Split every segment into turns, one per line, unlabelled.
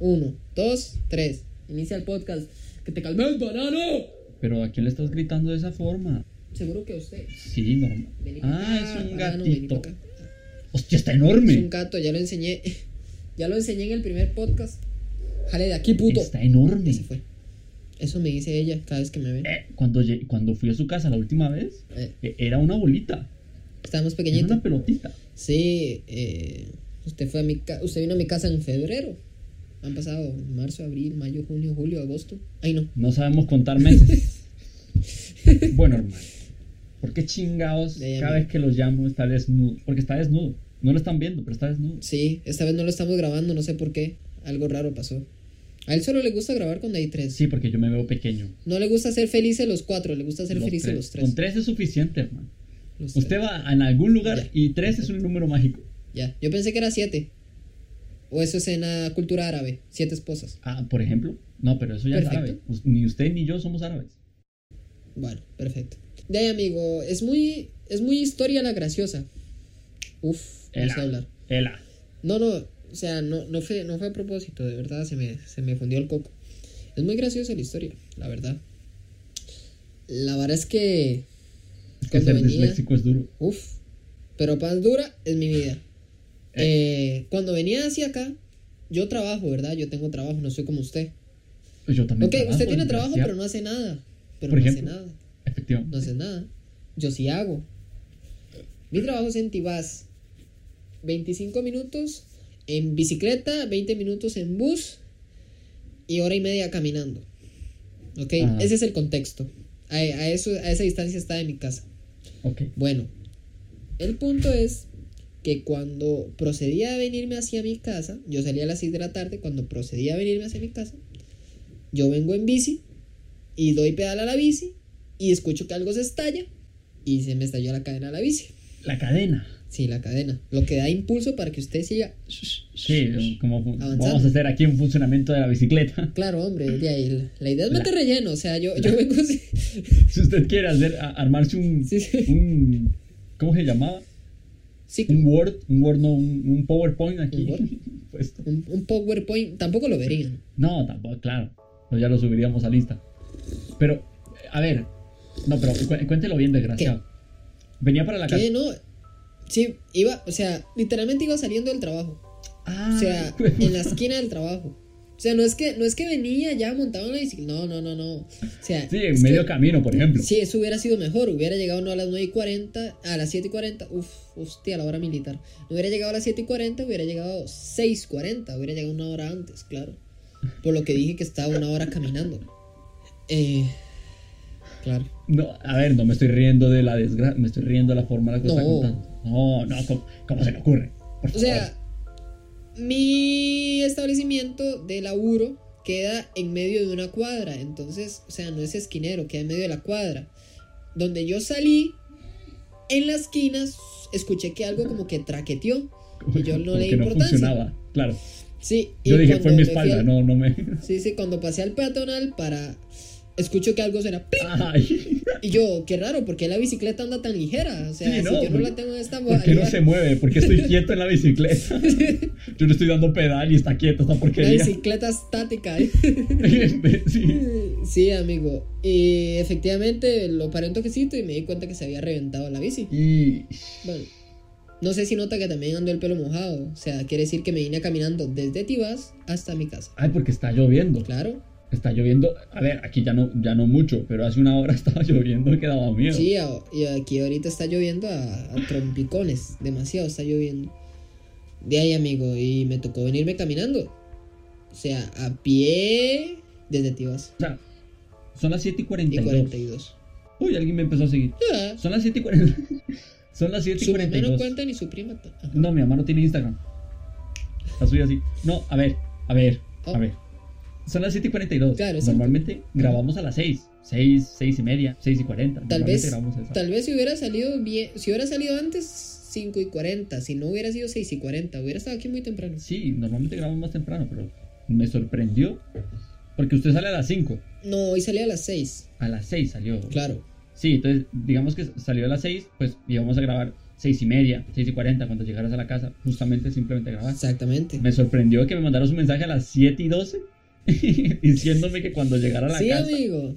Uno, dos, tres. Inicia el podcast. ¡Que te calmes, banano!
Pero ¿a quién le estás gritando de esa forma?
Seguro que a usted.
Sí, normal.
Vení pa'
Ah,
acá,
es un
banano, vení pa'
gatito.
acá.
Hostia, está
Es un
enorme.
gato, ya lo enseñé. Ya lo enseñé en el primer podcast. Jale de aquí, puto.
Está enorme.
Se fue. Eso me dice ella cada vez que me ve.
Eh, cuando, lle- cuando fui a su casa la última vez,
Eh,
eh, era una bolita.
estaba más
Era
pequeñito.
una pelotita.
Sí, eh, usted fue a mi ca- usted vino a mi casa en febrero. Han pasado marzo, abril, mayo, junio, julio, agosto. Ay no.
No sabemos contar meses. bueno, hermano. ¿Por qué chingados
Ya, ya,
cada
mira.
vez que los llamo está desnudo? Porque está desnudo. No lo están viendo, pero está desnudo.
Sí, esta vez no lo estamos grabando, no sé por qué. Algo raro pasó. A él solo le gusta grabar cuando hay tres.
Sí, porque yo me veo pequeño.
No le gusta ser felices los cuatro, le gusta ser
Los
felices
tres.
los tres.
Con tres es suficiente, hermano.
Los tres.
Usted va en algún lugar
Ya.
y tres es un número mágico.
Ya, yo pensé que era siete. O eso es en la cultura árabe, siete esposas.
Ah, por ejemplo. No, pero eso ya
Perfecto.
es árabe. Us- Ni usted ni yo somos árabes.
Bueno, perfecto. De ahí, amigo, es muy, es muy historia la graciosa. Uf, no
Ela.
sé hablar.
Ela.
No, no, o sea, no, no, fue, no fue a propósito, de verdad, se me, se me fundió el coco. Es muy graciosa la historia, la verdad. La verdad es que
Es que
cuando
ser
venía,
disléxico es duro.
uf, pero paz dura es mi vida. Eh, cuando venía hacia acá, yo trabajo, ¿verdad? Yo tengo trabajo, no soy como usted.
Yo también.
Ok, usted tiene trabajo, pero
desgraciado.
no hace nada. Pero
Por
no
ejemplo.
hace nada. No
Efectivamente.
hace nada. Yo sí hago. Mi trabajo es en Tibás. 25 minutos en bicicleta, 20 minutos en bus y hora y media caminando. Ok,
Ajá.
ese es el contexto. A, a eso, a esa distancia está de mi casa.
Ok.
Bueno, el punto es que cuando procedía a venirme hacia mi casa, yo salía a las 6 de la tarde, cuando procedía a venirme hacia mi casa, yo vengo en bici y doy pedal a la bici y escucho que algo se estalla y se me estalló la cadena de la bici.
La cadena.
Sí, la cadena. Lo que da impulso para que usted siga.
Sí, eh, como fu-
Avanzando.
vamos a hacer aquí un funcionamiento de la bicicleta.
Claro, hombre, de ahí, la- la idea es
La-
meter relleno, o sea, yo, yo vengo así.
Si usted quiere hacer, a- armarse un,
Sí, sí.
un- ¿Cómo se llamaba?
Sí,
Un Word. Un Word, no, un, un PowerPoint aquí.
¿Un Word?
puesto.
un, un PowerPoint, tampoco lo verían.
No, tampoco, claro. No, ya lo subiríamos a lista. Pero, a ver. No, pero cu- cuéntelo bien, desgraciado. Venía para la casa.
¿Qué? No. Sí, iba, o sea, literalmente iba saliendo del trabajo.
Ah,
O sea,
hijo de
en la
puta.
esquina del trabajo. O sea, no es que, no es que venía ya montado en la bicicleta. No, no, no, no. O sea,
Sí,
es
en medio
que-
camino, por ejemplo.
si eso hubiera sido mejor, hubiera llegado no a las 9 y 40, a las 7 y 40, uff, hostia, la hora militar. No hubiera llegado a las 7 y 40, hubiera llegado 6 y 40, hubiera llegado una hora antes, claro. Por lo que dije que estaba una hora caminando. Eh, claro.
No, a ver, no me estoy riendo de la desgracia, me estoy riendo de la forma en la que está
No.
contando. No, no, ¿cómo, cómo se le ocurre? Por
O
favor.
sea, mi establecimiento de laburo queda en medio de una cuadra. Entonces, o sea, no es esquinero, queda en medio de la cuadra. Donde yo salí, en la esquina, escuché que algo como que traqueteó.
Como-
y yo no
como
le di
que
importancia.
funcionaba, claro.
Sí, y
Yo dije,
cuando
fue en mi
me fui
espalda,
al-
no, no me.
Sí, sí, cuando pasé al peatonal para. Escucho que algo será.
Ay,
Y yo, qué raro, porque la bicicleta anda tan ligera. O sea,
Sí,
si
no,
yo no la
porque-
tengo en esta
¿por qué no
modalidad,
se mueve? Porque estoy quieto en la bicicleta. Yo no estoy dando pedal y está quieto esta
La
porquería. Este,
bicicleta estática. ¿eh?
sí.
Sí, amigo. Y efectivamente lo paré un toquecito y me di cuenta que se había reventado la bici.
Y.
Bueno, no sé si nota que también ando el pelo mojado. O sea, quiere decir que me vine caminando desde Tibás hasta mi casa.
Ay, porque está lloviendo.
Claro.
Está lloviendo. A ver, aquí ya no, ya no mucho, pero hace una hora estaba lloviendo y quedaba miedo.
Sí, a- y aquí ahorita está lloviendo a, a trompicones. Demasiado está lloviendo. De ahí, amigo. Y me tocó venirme caminando. O sea, a pie desde Tibás.
O sea, son las 7 y
Y
42.
42.
Uy, alguien me empezó a seguir.
Ah,
Son las 7 y 40. Son las 7 y
su mamá no
42.
cuenta ni su prima. ta- Ajá.
No, mi mamá no tiene Instagram. La suya sí. No, a ver, a ver,
Oh.
a ver. Son las 7 y 42.
Claro, es
Normalmente grabamos a las 6. 6, 6 y media, 6 y 40.
Tal vez,
grabamos a esa.
tal vez si hubiera salido bien, si hubiera salido antes 5 y 40, si no hubiera sido 6 y 40, hubiera estado aquí muy temprano.
Sí, normalmente grabamos más temprano, pero me sorprendió. Porque usted sale a las 5.
No, hoy salía a las 6,
A las 6 salió.
claro.
Sí, entonces digamos que salió a las 6, pues íbamos a grabar 6 y media, 6 y 40, cuando llegaras a la casa, justamente simplemente grabaste.
Exactamente.
Ah. Me sorprendió que me mandaras un mensaje a las 7 y 12 diciéndome que cuando llegara a la
sí,
casa.
amigo.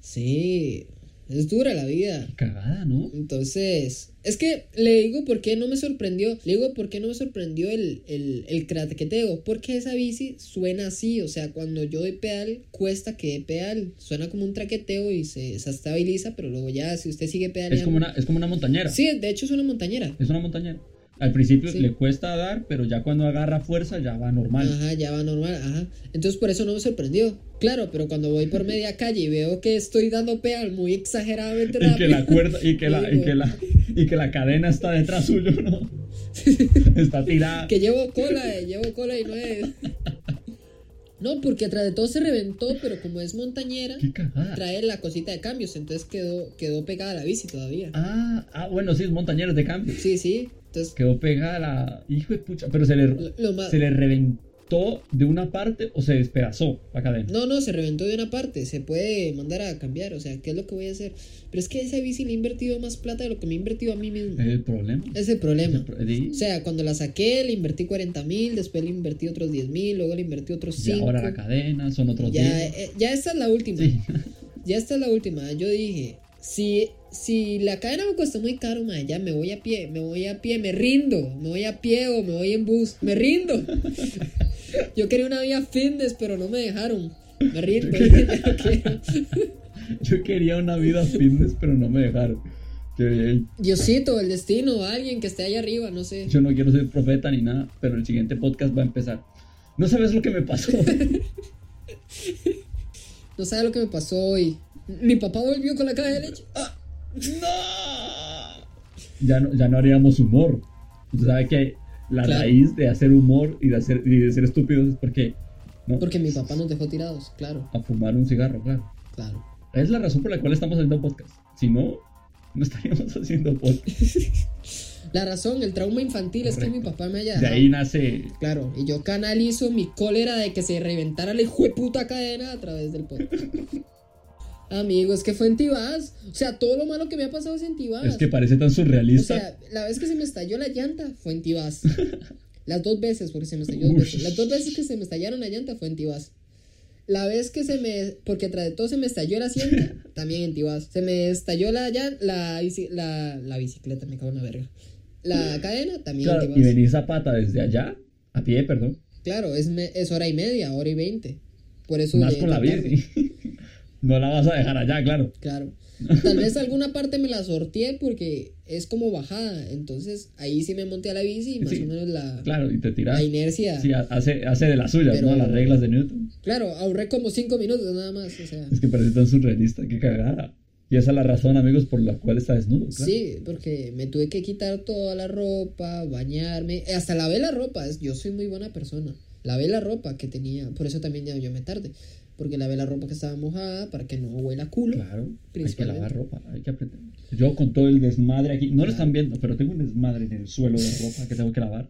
Sí, es dura la vida.
Cagada, ¿no?
Entonces, es que le digo por qué no me sorprendió. Le digo por qué no me sorprendió el, el, el craqueteo. Porque esa bici suena así. O sea, cuando yo doy pedal, cuesta que dé pedal. Suena como un traqueteo y se, se estabiliza. Pero luego ya, si usted sigue pedaleando.
Es como una, es como una montañera.
Sí, de hecho es una montañera.
Es una montañera. Al principio
Sí.
le cuesta dar, pero ya cuando agarra fuerza ya va normal.
Ajá, ya va normal, ajá. Entonces por eso no me sorprendió. Claro, pero cuando voy por media calle y veo que estoy dando pedal muy exageradamente
Y que
rápido.
la cuerda, y que la, y
digo,
que la, y que la cadena está detrás suyo, ¿no? Está tirada.
Que llevo cola, eh, llevo cola y no es. No, porque atrás de todo se reventó, pero como es montañera,
Qué cagada.
trae la cosita de cambios, entonces quedó, quedó pegada la bici todavía.
Ah, ah, bueno, sí, es montañero de cambio.
Sí, sí. Entonces,
Quedó pegada la. Hijo de pucha. Pero se le,
lo, lo más.
se le reventó de una parte o se despedazó la cadena.
No, no, se reventó de una parte, se puede mandar a cambiar, o sea, ¿qué es lo que voy a hacer? Pero es que a esa bici le he invertido más plata de lo que me he invertido a mí mismo.
Es el problema.
Ese es el problema.
Sí.
O sea, cuando la saqué, le invertí 40 mil, después le invertí otros 10 mil, luego le invertí otros
Y
5.
ahora la cadena, son otros
ya,
días.
eh, ya esta es la última.
Sí.
Ya esta es la última. Yo dije, si, si la cadena me cuesta muy caro, ma, ya me voy a pie, me voy a pie, me rindo, me voy a pie o me voy en bus, me rindo. Yo quería una vía fitness, pero no me dejaron. Me rindo. ya quiero. eh.
Yo quería una vida fitness, pero no me dejaron. Yo, yo-
Diosito, el destino, alguien que esté allá arriba, no sé.
yo no quiero ser profeta ni nada, pero el siguiente podcast va a empezar. No sabes lo que me pasó.
No sabe lo que me pasó hoy. Mi papá volvió con la caja de leche.
¡No! Ya no, ya no haríamos humor. Usted sabe que la
Claro.
raíz de hacer humor y de, hacer, y de ser estúpidos es porque. ¿no?
Porque mi papá nos dejó tirados, claro,
A fumar un cigarro, claro.
claro.
Es la razón por la cual estamos haciendo podcast. Si no, no estaríamos haciendo podcast.
La razón, el trauma infantil es que mi
Correcto.
papá me haya
De
dejado.
ahí nace.
Claro, y yo canalizo mi cólera de que se reventara la hijueputa cadena a través del podcast. Amigos, que fue en Tibás. O sea, todo lo malo que me ha pasado es en Tibás.
Es que parece tan
o
surrealista.
sea, la vez que se me estalló la llanta fue en Tibás. Las dos veces, porque se me estalló dos
Ush.
veces. Las dos veces que se me estallaron la llanta fue en Tibás. La vez que se me. Porque tras de todo se me estalló la llanta, también en Tibás. Se me estalló la llan- la, bici- la, la bicicleta, me cago en la verga. La cadena, también
Claro,
en
y
Tibás.
venís a pata desde allá, a pie, perdón.
Claro, es, me- es hora y media, hora y veinte. Por eso.
más
llegué
con la
tan tarde.
bici. no la vas a dejar allá, claro.
Claro. Tal vez alguna parte me la sorteé porque es como bajada. Entonces ahí sí me monté a la bici y más
Sí.
o menos la,
Claro, y te tiras.
la inercia.
Sí, ha- hace, hace de las suyas,
Pero-
¿no? Las reglas de Newton.
Claro, ahorré como cinco minutos nada más. O sea,
Es que parece tan surrealista, qué cagada. Y esa es la razón, amigos, por la cual está desnudo. claro.
sí, porque me tuve que quitar toda la ropa, bañarme. eh, Hasta lavé la ropa. es- Yo soy muy buena persona. Lavé la ropa que tenía. Por eso también ya yo me tarde. Porque lavé la ropa que estaba mojada para que no huela a culo.
Claro, hay que
Principalmente.
lavar ropa, hay que apretar. Yo con todo el desmadre aquí, no lo están viendo, pero tengo un desmadre en el suelo de ropa que tengo que lavar.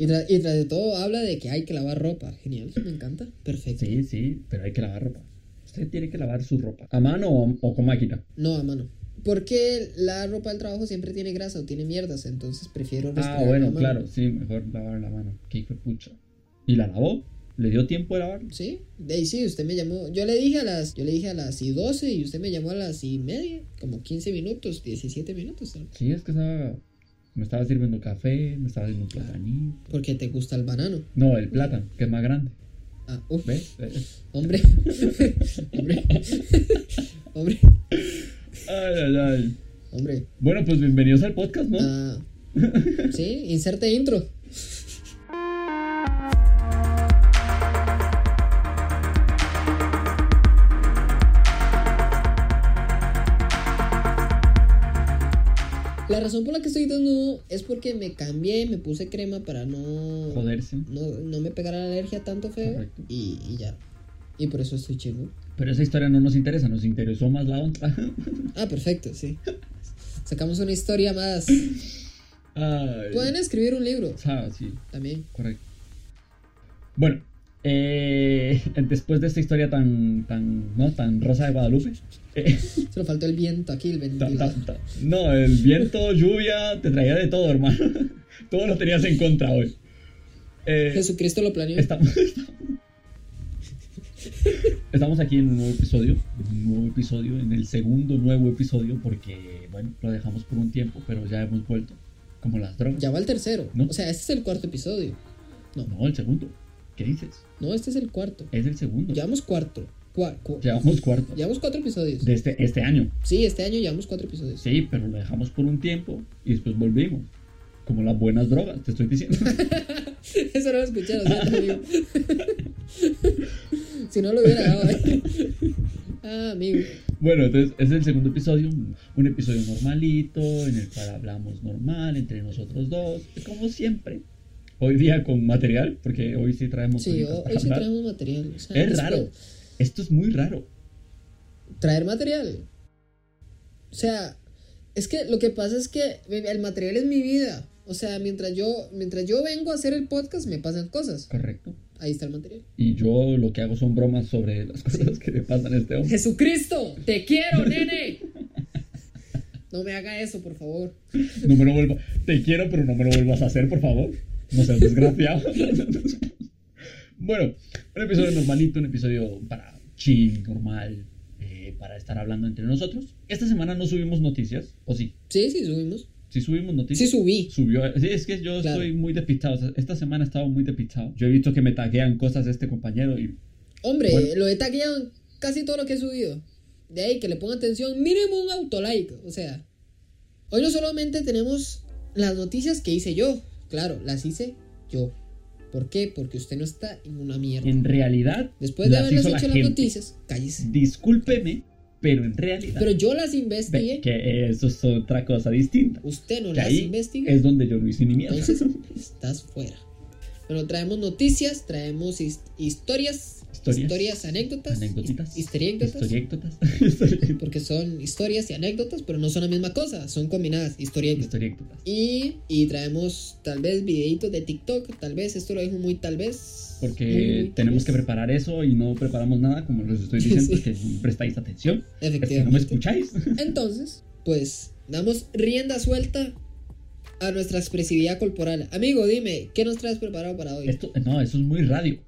Y, tra- y tras de todo habla de que hay que lavar ropa. Genial, me encanta. Perfecto.
Sí, sí, pero hay que lavar ropa. Usted tiene que lavar su ropa, a mano o, o con máquina.
No, a mano. Porque la ropa del trabajo siempre tiene grasa o tiene mierdas, entonces prefiero
Ah,
restregarla a
bueno,
mano.
claro, sí, mejor lavar la mano. Qué hijo de pucha. ¿Y la lavó? ¿Le dio tiempo de lavar?
Sí, de ahí sí, usted me llamó. Yo le dije a las, yo le dije a las y 12 y usted me llamó a las y media, como 15 minutos, 17 minutos. ¿no?
Sí, es que estaba, me estaba sirviendo café, me estaba haciendo un platanito.
Porque te gusta el banano.
No, el plátano, que es más grande.
Ah, uf,
¿Ves? Eh, Ay,
hombre. hombre. hombre.
ay, ay.
Hombre.
Bueno, pues bienvenidos al podcast, ¿no?
Ah, sí, inserte intro. La razón por la que estoy desnudo es porque me cambié, me puse crema para no,
Joderse.
no, no me pegara la alergia tanto feo
Correcto.
y, y ya. Y por eso estoy chingo.
Pero esa historia no nos interesa, nos interesó más la otra.
Ah, perfecto, sí. Sacamos una historia más.
Ay.
Pueden escribir un libro
Ah, sí,
también.
correcto. Bueno, Eh, después de esta historia tan, tan, ¿no? tan rosa de Guadalupe. eh,
Solo faltó el viento aquí, el
ta- ta-
ventilador.
ta- no, el viento, lluvia, te traía de todo, hermano. Todo lo tenías en contra hoy. Eh,
Jesucristo lo planeó.
Estamos, estamos aquí en un nuevo episodio, en un nuevo episodio, en el segundo nuevo episodio, porque, bueno, lo dejamos por un tiempo, pero ya hemos vuelto, como las drogas.
Ya va el tercero.
¿No?
O sea, este es el cuarto episodio.
No, el segundo. ¿Qué dices?
No, este es el cuarto.
Es el segundo.
Llevamos cuarto. Cua- cu-
Llevamos cuarto
Llevamos cuatro episodios.
de este, este año.
Sí, este año llevamos cuatro episodios.
Sí, pero lo dejamos por un tiempo y después volvimos. Como las buenas drogas, te estoy diciendo.
Eso no lo escuché, lo siento, amigo. si no lo hubiera dado. ¿eh? ah, amigo.
Bueno, entonces es el segundo episodio, un un episodio normalito, en el cual hablamos normal entre nosotros dos, como siempre. Hoy día con material, porque hoy sí traemos...
Sí,
cositas
ho-
para
hoy sí
hablar.
traemos material. o sea,
Es
después-
raro, esto es muy raro.
Traer material. O sea, es que lo que pasa es que el material es mi vida. O sea, mientras yo, mientras yo vengo a hacer el podcast, me pasan cosas.
Correcto.
Ahí está el material.
Y yo lo que hago son bromas sobre las cosas que le pasan a este hombre.
Jesucristo, te quiero, nene. No me haga eso, por favor.
No me lo vuelvas... Te quiero, pero no me lo vuelvas a hacer, por favor. No seas desgraciado. bueno, un episodio normalito, un episodio para chill, normal, eh, para estar hablando entre nosotros. Esta semana no subimos noticias, ¿o sí?
Sí, sí, subimos.
Sí subimos
Sí,
noticias.
subí.
Subió. Sí, es que yo
Claro.
estoy muy despistado. o sea, Esta semana he estado muy despistado. Yo he visto que me taguean cosas de este compañero y
Hombre,
Bueno.
lo he tagueado en casi todo lo que he subido. De ahí que le ponga atención, mínimo un autolike. O sea, hoy no solamente tenemos las noticias que hice yo. Claro, las hice yo. ¿Por qué? Porque usted no está en una mierda.
en realidad.
Después de
las
haberlas
hizo
hecho
la
las
gente.
noticias, cállese.
Discúlpeme, pero en realidad.
Pero yo las
Ve,
investigué.
que eso es otra cosa distinta.
Usted no
Que
las
ahí
investigó.
es donde yo no hice ni mierda.
Entonces, estás fuera. Bueno, traemos noticias, traemos his- historias,
Historias.
historias, anécdotas,
Anécdotitas.
his- historiécdotas,
Historiéctotas.
porque son historias y anécdotas, pero no son la misma cosa, son combinadas, historiécdotas.
Historiéctotas.
Y, y traemos tal vez videitos de TikTok, tal vez, esto lo dejo muy tal vez. muy, muy
Porque
tal
tenemos
vez.
que preparar eso y no preparamos nada, como les estoy diciendo,
Sí.
porque prestáis atención. Es que no me
Efectivamente.
escucháis.
Entonces, pues, damos rienda suelta a nuestra expresividad corporal. Amigo, dime, ¿qué nos traes preparado para hoy?
Esto, no, eso es muy radio.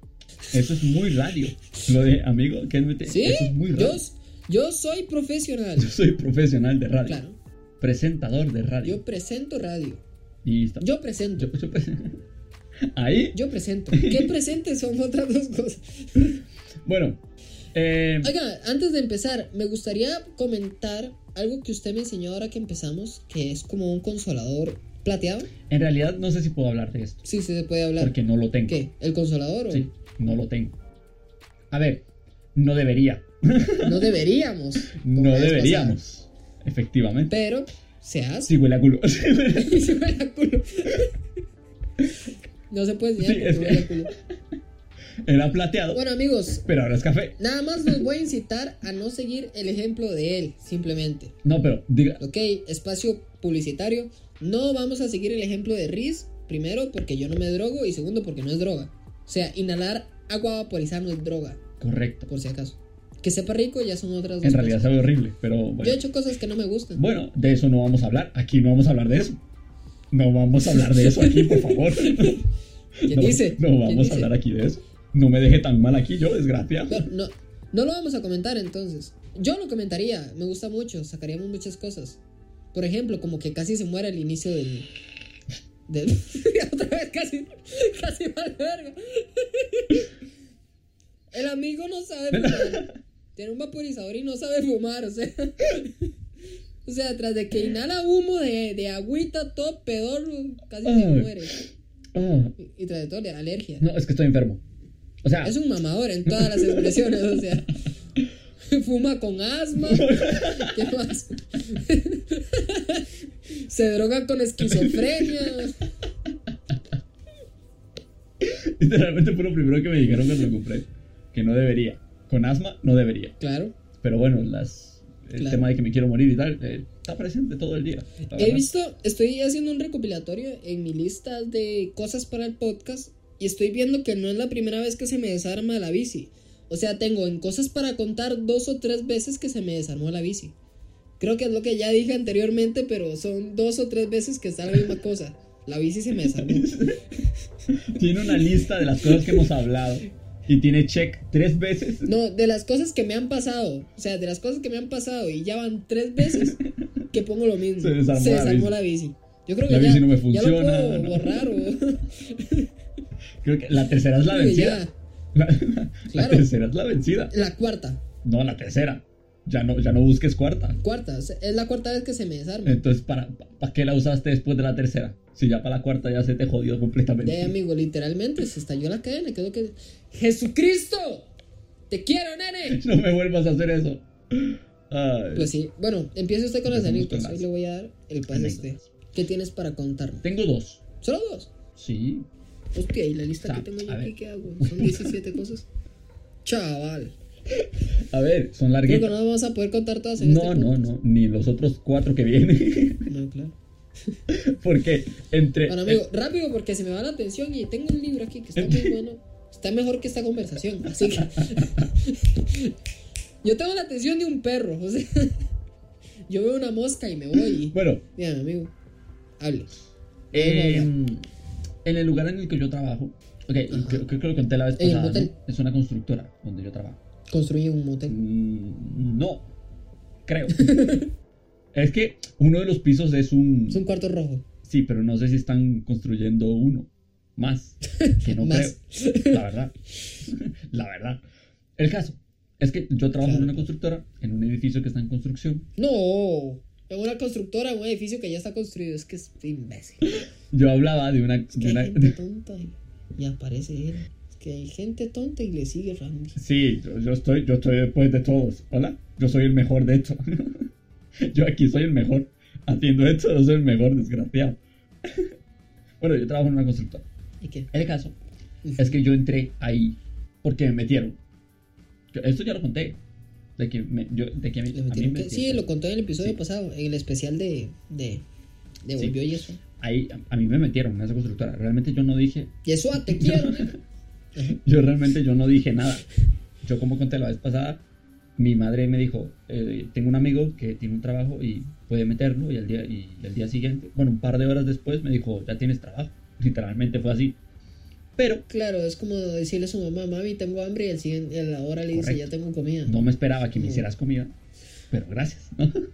Eso es muy radio. Lo de amigo, que me te-
¿Sí?
Eso es muy
Yo,
radio.
yo soy profesional.
Yo soy profesional de radio.
Claro,
Presentador de radio.
yo presento radio.
y está.
Yo presento.
Yo- yo pre- Ahí.
Yo presento. ¿Qué presente son otras dos cosas?
Bueno. eh,
Oiga, antes de empezar, me gustaría comentar algo que usted me enseñó ahora que empezamos, que es como un consolador plateado.
en realidad no sé si puedo hablar de esto.
Sí, sí se puede hablar.
Porque no lo tengo.
¿Qué? ¿El consolador? o-
Sí, no lo tengo. A ver, no debería.
No deberíamos. como
No
es
deberíamos.
pasar,
Efectivamente.
Pero se hace.
Sí, huele a culo. Sí,
Y se huele a culo. No se puede enseñar
Sí,
porque
es que-
huele a culo.
Era plateado,
Bueno, amigos,
pero ahora es café.
Nada más los voy a incitar a no seguir el ejemplo de él, simplemente.
No, pero diga.
Ok, espacio publicitario. No vamos a seguir el ejemplo de Riz. Primero, porque yo no me drogo. Y segundo, porque no es droga. O sea, inhalar agua vaporizada no es droga,
Correcto.
por si acaso. Que sepa rico ya son otras dos
En realidad
cosas.
sabe horrible, pero
Yo
bueno.
he hecho cosas que no me gustan.
Bueno, de eso no vamos a hablar. Aquí no vamos a hablar de eso. No vamos a hablar de eso aquí, por favor.
¿Quién
no,
dice?
No
¿Quién
vamos
dice?
a hablar aquí de eso. No me deje tan mal aquí yo, desgracia.
No, no, no lo vamos a comentar entonces. Yo lo comentaría, me gusta mucho, sacaríamos muchas cosas. Por ejemplo, como que casi se muere al inicio del. del otra vez casi. Casi mal verga. El amigo no sabe fumar. Tiene un vaporizador y no sabe fumar, o sea. O sea, tras de que inhala humo de, de agüita, todo pedorro, casi se
Ay.
muere.
Ah,
Y, y tras de todo le da alergia.
no, es que estoy enfermo. O sea,
Es un mamador en todas las expresiones, o sea. Fuma con asma. ¿Qué más? Se droga con esquizofrenia.
literalmente fue lo primero que me dijeron cuando lo compré. Que no debería. Con asma, no debería.
Claro.
Pero bueno, las, el
Claro.
tema de que me quiero morir y tal, eh, está presente todo el día. la
He
verdad.
visto, estoy haciendo un recopilatorio en mi lista de cosas para el podcast Y estoy viendo que no es la primera vez que se me desarma la bici. O sea, tengo en cosas para contar dos o tres veces que se me desarmó la bici. Creo que es lo que ya dije anteriormente, pero son dos o tres veces que está la misma cosa. La bici se me desarmó.
Tiene una lista de las cosas que hemos hablado. Y tiene check tres veces.
No, de las cosas que me han pasado, o sea, de las cosas que me han pasado y ya van tres veces que pongo lo mismo.
Se desarmó la bici.
la bici. Yo creo que
La
ya,
bici no me
ya lo
funciona,
puedo
no.
borrar o...
Creo que la tercera es la
Uy,
vencida.
ya.
La, la
Claro.
tercera es la vencida.
La cuarta,
No, la tercera. Ya no, ya no busques cuarta.
cuarta, o sea, es la cuarta vez que se me desarma.
Entonces, ¿para, para qué la usaste después de la tercera? Si ya para la cuarta ya se te jodió completamente.
Ya, amigo, literalmente se estalló la cadena. Quedó que. ¡Jesucristo! ¡Te quiero, nene!
No me vuelvas a hacer eso. Ay.
Pues sí, bueno, empiece usted con las
Empecemos con
anécdotas.
las
Hoy le voy a dar el pase a usted.
anécdotas.
¿Qué tienes para contarme?
Tengo dos.
¿Solo dos?
Sí.
Hostia, y la lista
Está,
que tengo yo
a
aquí,
ver.
¿qué hago? Son 17 cosas. Chaval.
A ver, son
Creo que
larguitas.
no vamos a poder contar todas en
No,
este
no, no. Ni los otros cuatro que vienen.
no. No, claro.
Porque entre.
Bueno, amigo, rápido porque se me va la atención y tengo un libro aquí que está muy bueno. Está mejor que esta conversación, así que. yo tengo la atención de un perro, o sea. yo veo una mosca y me voy.
Bueno,
Bien, amigo, hable.
eh, en el lugar en el que yo trabajo. Ok, creo, creo que lo conté la vez
En el
pasada.
motel.
¿no? Es una constructora donde yo trabajo.
Construye un motel.
Mm, No, creo. es que uno de los pisos es un...
Es un cuarto rojo.
Sí, pero no sé si están construyendo uno. Más. Que no
Más.
creo. La verdad. La verdad. El caso es que yo trabajo en
Claro.
una constructora, en un edificio que está en construcción.
No, en una constructora, en un edificio que ya está construido. Es que es imbécil.
Yo hablaba de una...
Es que
de una-
hay gente tonta y, y aparece él. Es que hay gente tonta y le sigue Randy.
Sí, yo, yo estoy, yo estoy después de todos. Hola, yo soy el mejor de esto. yo aquí soy el mejor. Haciendo esto, yo soy el mejor, desgraciado. bueno, yo trabajo en una constructora.
¿Y qué?
El caso es que yo entré ahí porque me metieron. Yo- esto ya lo conté. De que, me, yo, de que a mí,
Le
a mí
metieron
me
que- sí,
metieron.
lo contó en el episodio
Sí.
pasado, en el especial de, de, de
Sí.
Volvió Yeshua.
Ahí, a, a mí me metieron en esa constructora. Realmente yo no dije.
Yeshua, ah, te quiero.
Yo realmente yo no dije nada. Yo, como conté la vez pasada, mi madre me dijo: eh, Tengo un amigo que tiene un trabajo y puede meterlo. Y al día, y el día siguiente, bueno, un par de horas después, me dijo: Ya tienes trabajo. Literalmente fue así. Pero
claro, es como decirle a su mamá, mami, tengo hambre, y al siguiente, a la hora le dice,
Correcto.
ya tengo comida.
No me esperaba que me
Mm.
hicieras comida, pero gracias. ¿no?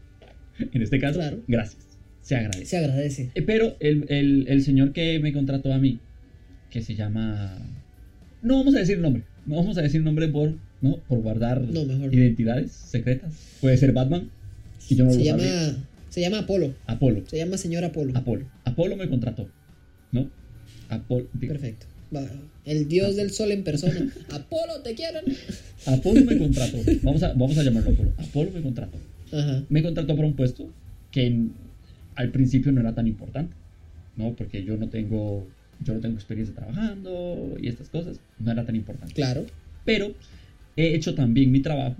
En este caso,
Claro.
gracias. Se agradece.
Se agradece.
Eh, Pero el, el- el señor que me contrató a mí, que se llama... No vamos a decir nombre. No vamos a decir nombre por, ¿no? por guardar
No, mejor no.
identidades secretas. Puede ser Batman. Y yo no
se
lo Ah,
llama,
sabía.
se llama Apolo,
Apolo.
se llama señor Apolo.
Apolo. Apolo me contrató. ¿No? Apolo.
Perfecto. Va, el dios del sol en persona. Apolo, te quiero.
Apolo me contrató. Vamos a, vamos a llamarlo Apolo. Apolo me contrató.
Ajá.
me contrató para un puesto que en- al principio no era tan importante, ¿no? Porque yo no tengo yo no tengo experiencia trabajando y estas cosas, no era tan importante.
Claro.
Pero he hecho también mi trabajo,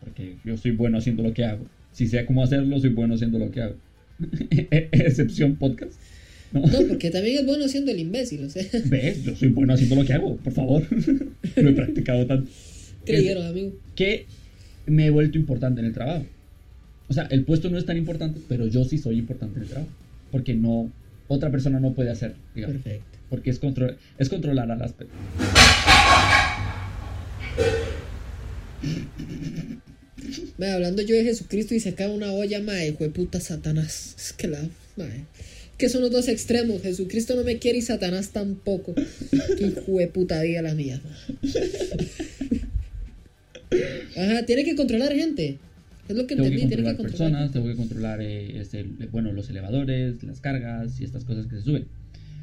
porque yo soy bueno haciendo lo que hago. Si sé cómo hacerlo, soy bueno haciendo lo que hago. Excepción podcast. ¿no?
No, porque también es bueno siendo el imbécil, o sea.
¿Ves? Yo soy bueno haciendo lo que hago, por favor. lo he practicado tanto.
¿Qué le dijeron, amigo?
que me he vuelto importante en el trabajo. O sea, el puesto no es tan importante, pero yo sí soy importante en el trabajo. Porque no, otra persona no puede hacer, digamos.
Perfecto.
Porque es, contro- es controlar a las personas.
Mae, hablando yo de Jesucristo y saca una olla, mae, hijo de puta Satanás. Es que la, mae. Que son los dos extremos. Jesucristo no me quiere y Satanás tampoco. Qué hijo de puta vida la mía. mae. Ajá, tiene que controlar gente. Es lo que
Tengo que
entendí, tiene
controlar
que controlar.
personas, tengo que controlar eh, este, bueno, los elevadores, las cargas y estas cosas que se suben.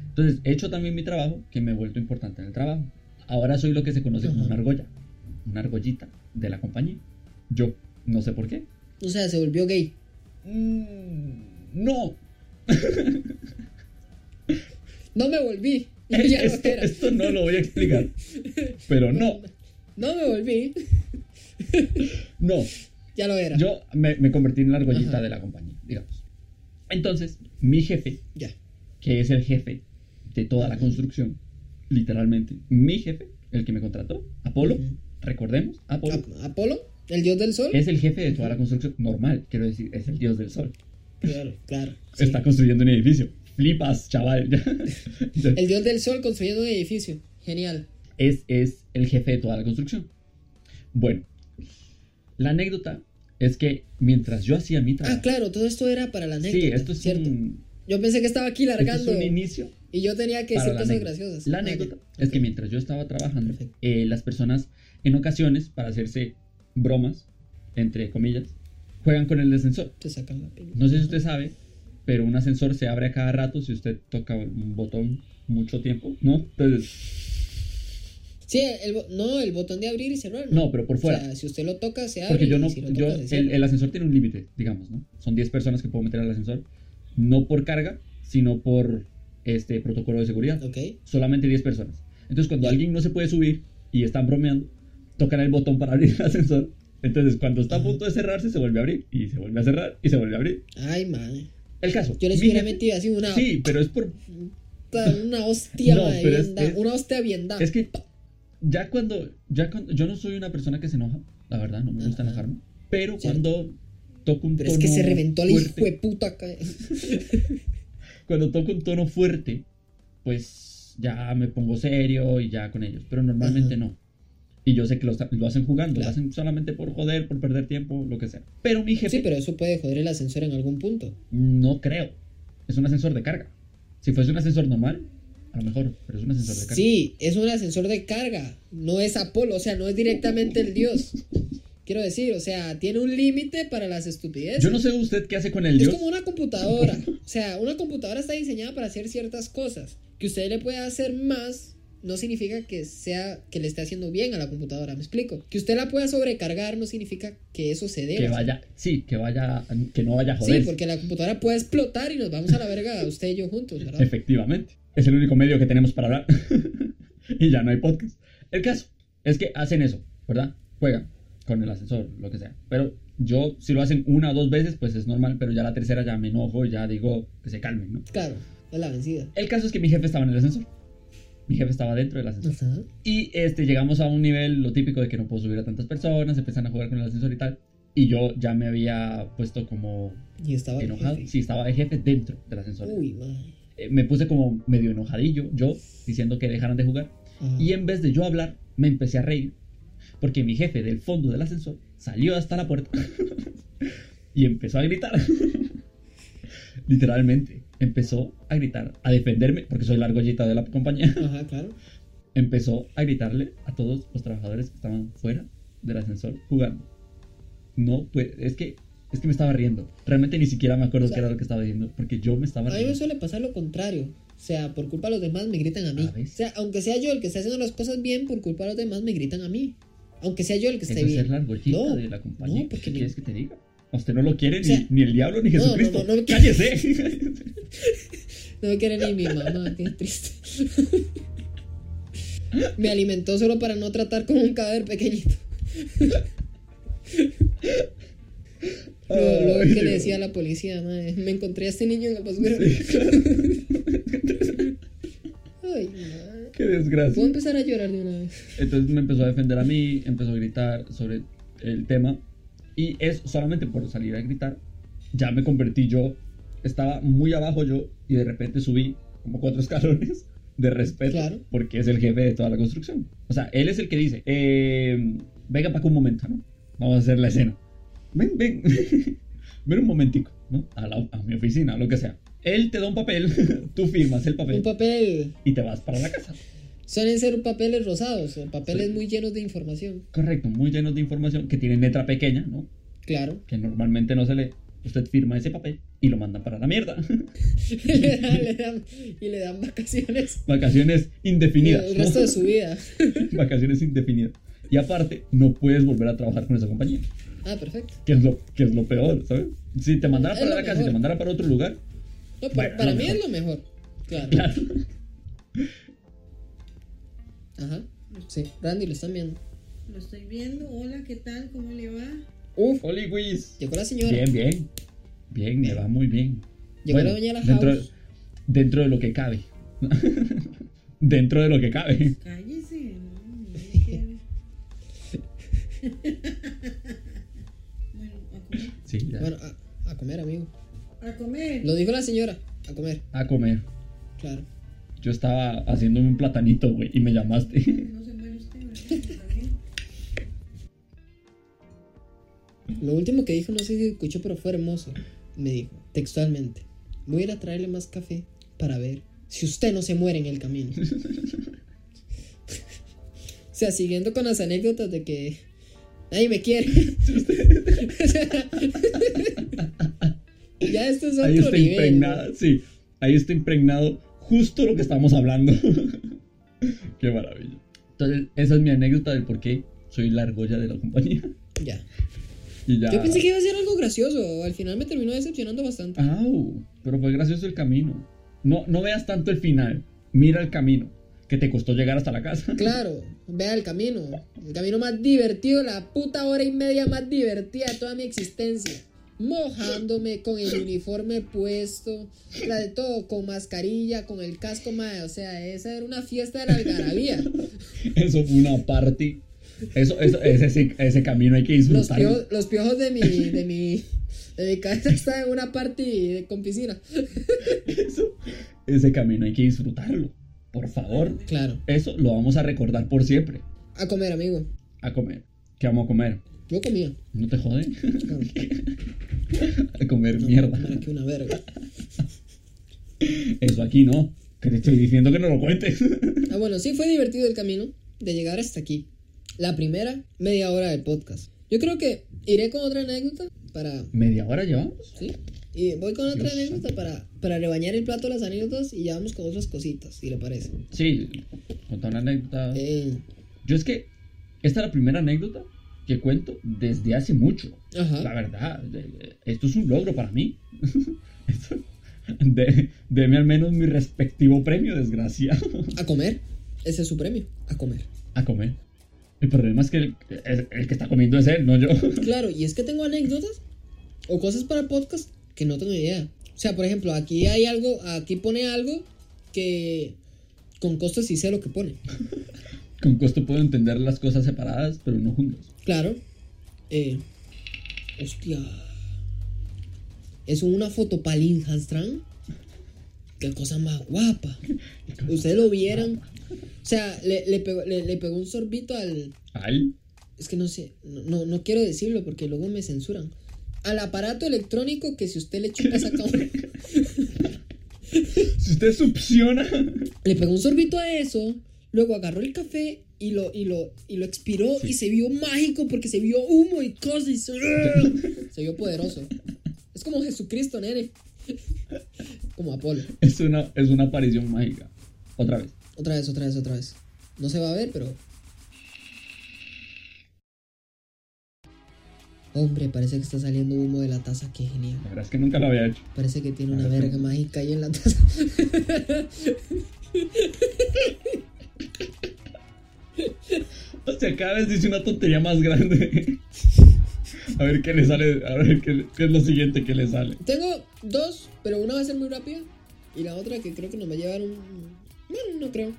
Entonces, he hecho también mi trabajo, que me he vuelto importante en el trabajo. Ahora soy lo que se conoce como
Ajá.
una argolla, una argollita de la compañía. Yo, no sé por qué.
O sea, se volvió gay.
Mm, no,
No me volví. Yo ya no
Eh, Esto,
era.
esto no lo voy a explicar. Pero no,
No me volví.
no.
Ya lo era.
Yo me, me convertí en la argollita
Ajá.
de la compañía, digamos. Entonces, mi jefe,
Ya.
que es el jefe de toda la construcción, literalmente, mi jefe, el que me contrató, Apolo,
Ujú.
recordemos, Apolo.
Ap- Apolo, el dios del sol.
es el jefe de toda la construcción normal, quiero decir, es el dios del sol.
Claro, claro. sí.
Está construyendo un edificio. Flipas, chaval. Ya.
El dios del sol construyendo un edificio. Genial.
es, es el jefe de toda la construcción. Bueno, la anécdota es que mientras yo hacía mi trabajo.
Ah, claro, todo esto era para la anécdota.
sí, esto es,
cierto.
un,
Yo pensé que estaba aquí
esto es
largando
un inicio.
y yo tenía que
para
decir
la
cosas
anécdota.
graciosas.
La
Ah,
anécdota
ok,
es que
ok.
mientras yo estaba trabajando,
Perfecto.
eh, las personas en ocasiones, para hacerse bromas, entre comillas, juegan con el ascensor.
Te sacan la piña.
No sé si usted sabe, pero un ascensor se abre a cada rato si usted toca un botón mucho tiempo, ¿no? Entonces,
Sí, el, bo- no, el botón de abrir y cerrar.
no, pero por fuera.
O sea, si usted lo toca, se abre.
Porque yo
y
no,
si Ah, lo
yo,
toca, se
el,
cierra.
el ascensor tiene un límite, digamos, ¿no? Son 10 personas que puedo meter al ascensor, no por carga, sino por este protocolo de seguridad.
Ok.
Solamente 10 personas. Entonces, cuando alguien no se puede subir y están bromeando, tocan el botón para abrir el ascensor. Entonces, cuando está a punto de cerrarse, se vuelve a abrir y se vuelve a cerrar y se vuelve a abrir.
Ay, madre.
El caso.
Yo les
mi
hubiera
jefe-
metido así una,
Sí, pero es por
una hostia,
No,
madre,
pero
bien
es-
dada,
es-
una hostia bien dada.
Es que ya cuando, ya cuando. Yo no soy una persona que se enoja, la verdad, no me gusta
Ajá.
enojarme. Pero
Cierto.
cuando toco un
pero
tono.
es que se reventó la hijo
fuerte,
de puta acá.
Cuando toco un tono fuerte, pues ya me pongo serio y ya con ellos. Pero normalmente
Ajá.
no. Y yo sé que lo, está- lo hacen jugando,
Claro.
lo hacen solamente por joder, por perder tiempo, lo que sea. Pero mi jefe,
Sí, pero eso puede joder el ascensor en algún punto.
no creo. Es un ascensor de carga. Si fuese un ascensor normal, a lo mejor, pero es un ascensor de carga.
Sí, es un ascensor de carga, no es Apolo, o sea, no es directamente el dios. Quiero decir, o sea, tiene un límite para las estupideces.
Yo no sé usted qué hace con el
es
dios.
como una computadora, o sea, una computadora está diseñada para hacer ciertas cosas. Que usted le pueda hacer más no significa que sea que le esté haciendo bien a la computadora, ¿me explico? Que usted la pueda sobrecargar no significa que eso se deba.
Que vaya, sí, que vaya, que no vaya a
Sí,
joder.
porque la computadora puede explotar y nos vamos a la verga usted y yo juntos, ¿verdad?
Efectivamente. Es el único medio que tenemos para hablar. y ya no hay podcast. El caso es que hacen eso, ¿verdad? Juegan con el ascensor, lo que sea. Pero yo, si lo hacen una o dos veces, pues es normal, pero ya la tercera ya me enojo, ya digo que se calmen, ¿no?
Claro, es la vencida.
El caso es que mi jefe estaba en el ascensor. Mi jefe estaba dentro del ascensor.
Ajá.
Y este, llegamos a un nivel, lo típico de que no puedo subir a tantas personas, empiezan a jugar con el ascensor y tal. Y yo ya me había puesto como
Y estaba el
enojado.
jefe.
Sí, estaba el jefe dentro del ascensor.
Uy, madre.
Eh, me puse como medio enojadillo, yo, diciendo que dejaran de jugar.
Ajá.
Y en vez de yo hablar, me empecé a reír. Porque mi jefe del fondo del ascensor salió hasta la puerta y empezó a gritar. Literalmente, empezó a gritar, a defenderme, porque soy la argollita de la compañía.
Ajá, claro.
Empezó a gritarle a todos los trabajadores que estaban fuera del ascensor jugando. No, pues, es que, es que me estaba riendo. Realmente ni siquiera me acuerdo qué era lo que estaba diciendo, porque yo me estaba
A mí
riendo.
me suele pasar lo contrario. O sea, por culpa de los demás me gritan a mí.
Ah,
O
¿ves?
sea, aunque sea yo el que está haciendo las cosas bien, por culpa de los demás me gritan a mí. Aunque sea yo el que esté
Eso es ser
bien.
la argollita
No,
de la compañía.
no, porque
¿Qué
mi-
quieres que te diga? A usted no lo quiere
O
ni,
sea,
ni el diablo ni
no, no,
Jesucristo.
no, no, que-
¡Cállese!
No me quiere ni mi mamá, qué triste. me alimentó solo para no tratar como un cadáver pequeñito. Lo, lo
Ay,
que le
Dios.
decía a la policía, madre, me encontré a este niño en el basura. Ay, madre.
¡Qué
Puedo
desgracia!
empezar a llorar de una vez.
Entonces me empezó a defender a mí, empezó a gritar sobre el tema. Y es solamente por salir a gritar, ya me convertí yo. Estaba muy abajo yo y de repente subí como cuatro escalones de respeto
Claro.
porque es el jefe de toda la construcción. O sea, él es el que dice, eh, venga para acá un momento, ¿no? Vamos a hacer la escena. Ven, ven, ven un momentico, ¿no? A, la- a mi oficina, lo que sea. Él te da un papel, tú firmas el
Un
papel
papel.
y te vas para la casa.
Suelen ser papeles rosados, o papeles
Sí.
muy llenos de información.
Correcto, muy llenos de información que tienen letra pequeña, ¿no?
Claro.
Que normalmente no se lee. Usted firma ese papel y lo mandan para la mierda.
Le dan- le dan- y le dan vacaciones
Vacaciones indefinidas.
el
¿no?
resto de su vida.
Vacaciones indefinidas. Y aparte, no puedes volver a trabajar con esa compañía.
Ah, perfecto.
que es lo, que es lo peor, ¿sabes? Si te mandara
Es
para
lo
la casa, si
mejor.
te mandara para otro lugar,
No, pa-
Bueno,
para
lo
mí
mejor.
es lo mejor. Claro.
claro.
Ajá. Sí, Randy lo están viendo.
Lo estoy viendo. Hola, ¿qué tal? ¿Cómo le va?
Uf, Oli Wiz.
Llegó la señora.
Bien, bien. Bien, me va muy bien.
Llegó la
Bueno,
doña de la
dentro,
house.
dentro de lo que cabe. dentro de lo que cabe.
Cállese, no, mire que- bueno, a comer.
Sí, ya.
Bueno, a, a comer, amigo.
A comer.
Lo dijo la señora, a comer,
A comer.
claro.
Yo estaba haciéndome un platanito, güey, y me llamaste.
No se muere usted, ¿verdad? También.
Lo último que dijo, no sé si escuchó, pero fue hermoso. Me dijo, textualmente, voy a ir a traerle más café para ver si usted no se muere en el camino. o sea, siguiendo con las anécdotas de que nadie me quiere. ya esto es otro
Ahí está
nivel.
impregnada, sí. Ahí está impregnado justo lo que estábamos hablando. Qué maravilla. Entonces, esa es mi anécdota del por qué soy la argolla de la compañía.
¿no? Ya.
Y ya.
Yo pensé que iba a ser algo gracioso. Al final me terminó decepcionando bastante.
Au, pero fue gracioso el camino. No, no veas tanto el final. Mira el camino. Que te costó llegar hasta la casa.
Claro, vea el camino. El camino más divertido, la puta hora y media más divertida de toda mi existencia. Mojándome con el uniforme puesto, la de todo, con mascarilla, con el casco, madre. O sea, esa era una fiesta de la algarabía.
Eso fue una party. Eso, eso- ese, sí- ese camino hay que
Los,
disfrutar.
pio- los piojos de mi, de mi, de mi cabeza están en una party de- con piscina.
Eso- ese camino hay que disfrutarlo. Por favor.
Claro,
Eso lo vamos a recordar por siempre.
a comer, amigo.
A comer. ¿Qué vamos a comer?
Yo comía.
¿No te jode?
Claro.
A comer mierda.
Mira que una verga.
Eso aquí no. Que te estoy diciendo que no lo cuentes.
Ah, bueno, sí fue divertido el camino de llegar hasta aquí. La primera media hora del podcast. Yo creo que iré con otra anécdota para.
¿Media hora llevamos?
¿Sí? Y voy con otra
Dios
anécdota para, para rebañar el plato de las anécdotas y ya vamos con otras cositas, si le parece.
Sí. Contar una anécdota.
Eh,
Yo es que esta es la primera anécdota que cuento desde hace mucho. La
ajá.
verdad, de- de- esto es un logro para mí. Esto- de- Deme al menos mi respectivo premio, desgraciado.
A comer. Ese es su premio. A comer.
A comer. El problema es que el, el- el que está comiendo es él, no yo.
Claro, y es que tengo anécdotas o cosas para podcast que no tengo idea. O sea, por ejemplo, aquí hay algo, aquí pone algo que con costos y sé lo que pone.
Con costo puedo entender las cosas separadas, pero no juntas.
Claro. Eh, hostia. Es una foto para el Inhastran. Qué cosa más guapa. Ustedes lo vieron. O sea, le, le pegó, le- le pegó un sorbito al.
Al
Es que no sé. No, no, no quiero decirlo porque luego me censuran. Al aparato electrónico que si usted le chupa saca un-
Si usted succiona.
Le pegó un sorbito a eso. Luego agarró el café y lo, y lo, y lo expiró y se vio mágico porque se vio humo y cosas. y se- Se vio poderoso. Es como Jesucristo, nene. Como Apolo.
Es una, es una aparición mágica. Otra vez.
Otra vez, otra vez, otra vez. No se va a ver, pero. Hombre, parece que está saliendo humo de la taza. Qué genial.
La verdad es que nunca lo había hecho.
Parece que tiene
A
una
ver,
verga mágica ahí en la taza.
O sea, cada vez dice una tontería más grande. A ver qué le sale. A ver qué, qué es lo siguiente que le sale.
Tengo dos, pero una va a ser muy rápida. Y la otra que creo que nos va a llevar un. Bueno, no creo.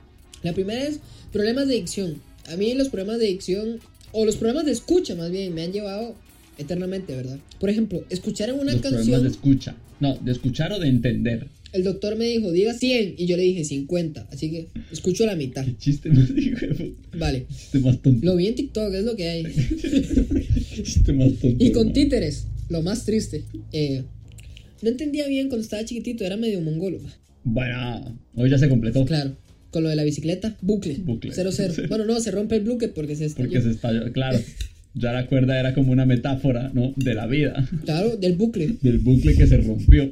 La primera es problemas de dicción. A mí los problemas de dicción, o los problemas de escucha más bien, me han llevado eternamente, ¿verdad? Por ejemplo, escuchar en una
Los problemas
canción.
de escucha. No, de escuchar o de entender.
El doctor me dijo, diga 100, y yo le dije 50. Así que escucho la mitad.
Qué chiste más hijo de puta.
Vale.
Chiste más tonto.
Lo vi en TikTok, es lo que hay.
Chiste más tonto.
Y con
hermano.
títeres, lo más triste. Eh, no entendía bien cuando estaba chiquitito, era medio mongolo.
Bueno, hoy ya se completó.
Claro. Con lo de la bicicleta, bucle.
Bucle.
0-0. Bueno, no, se rompe el bucle porque se estalló.
Porque se estalló. Claro. Ya la cuerda era como una metáfora, ¿no? De la vida.
Claro, del bucle.
Del bucle que se rompió.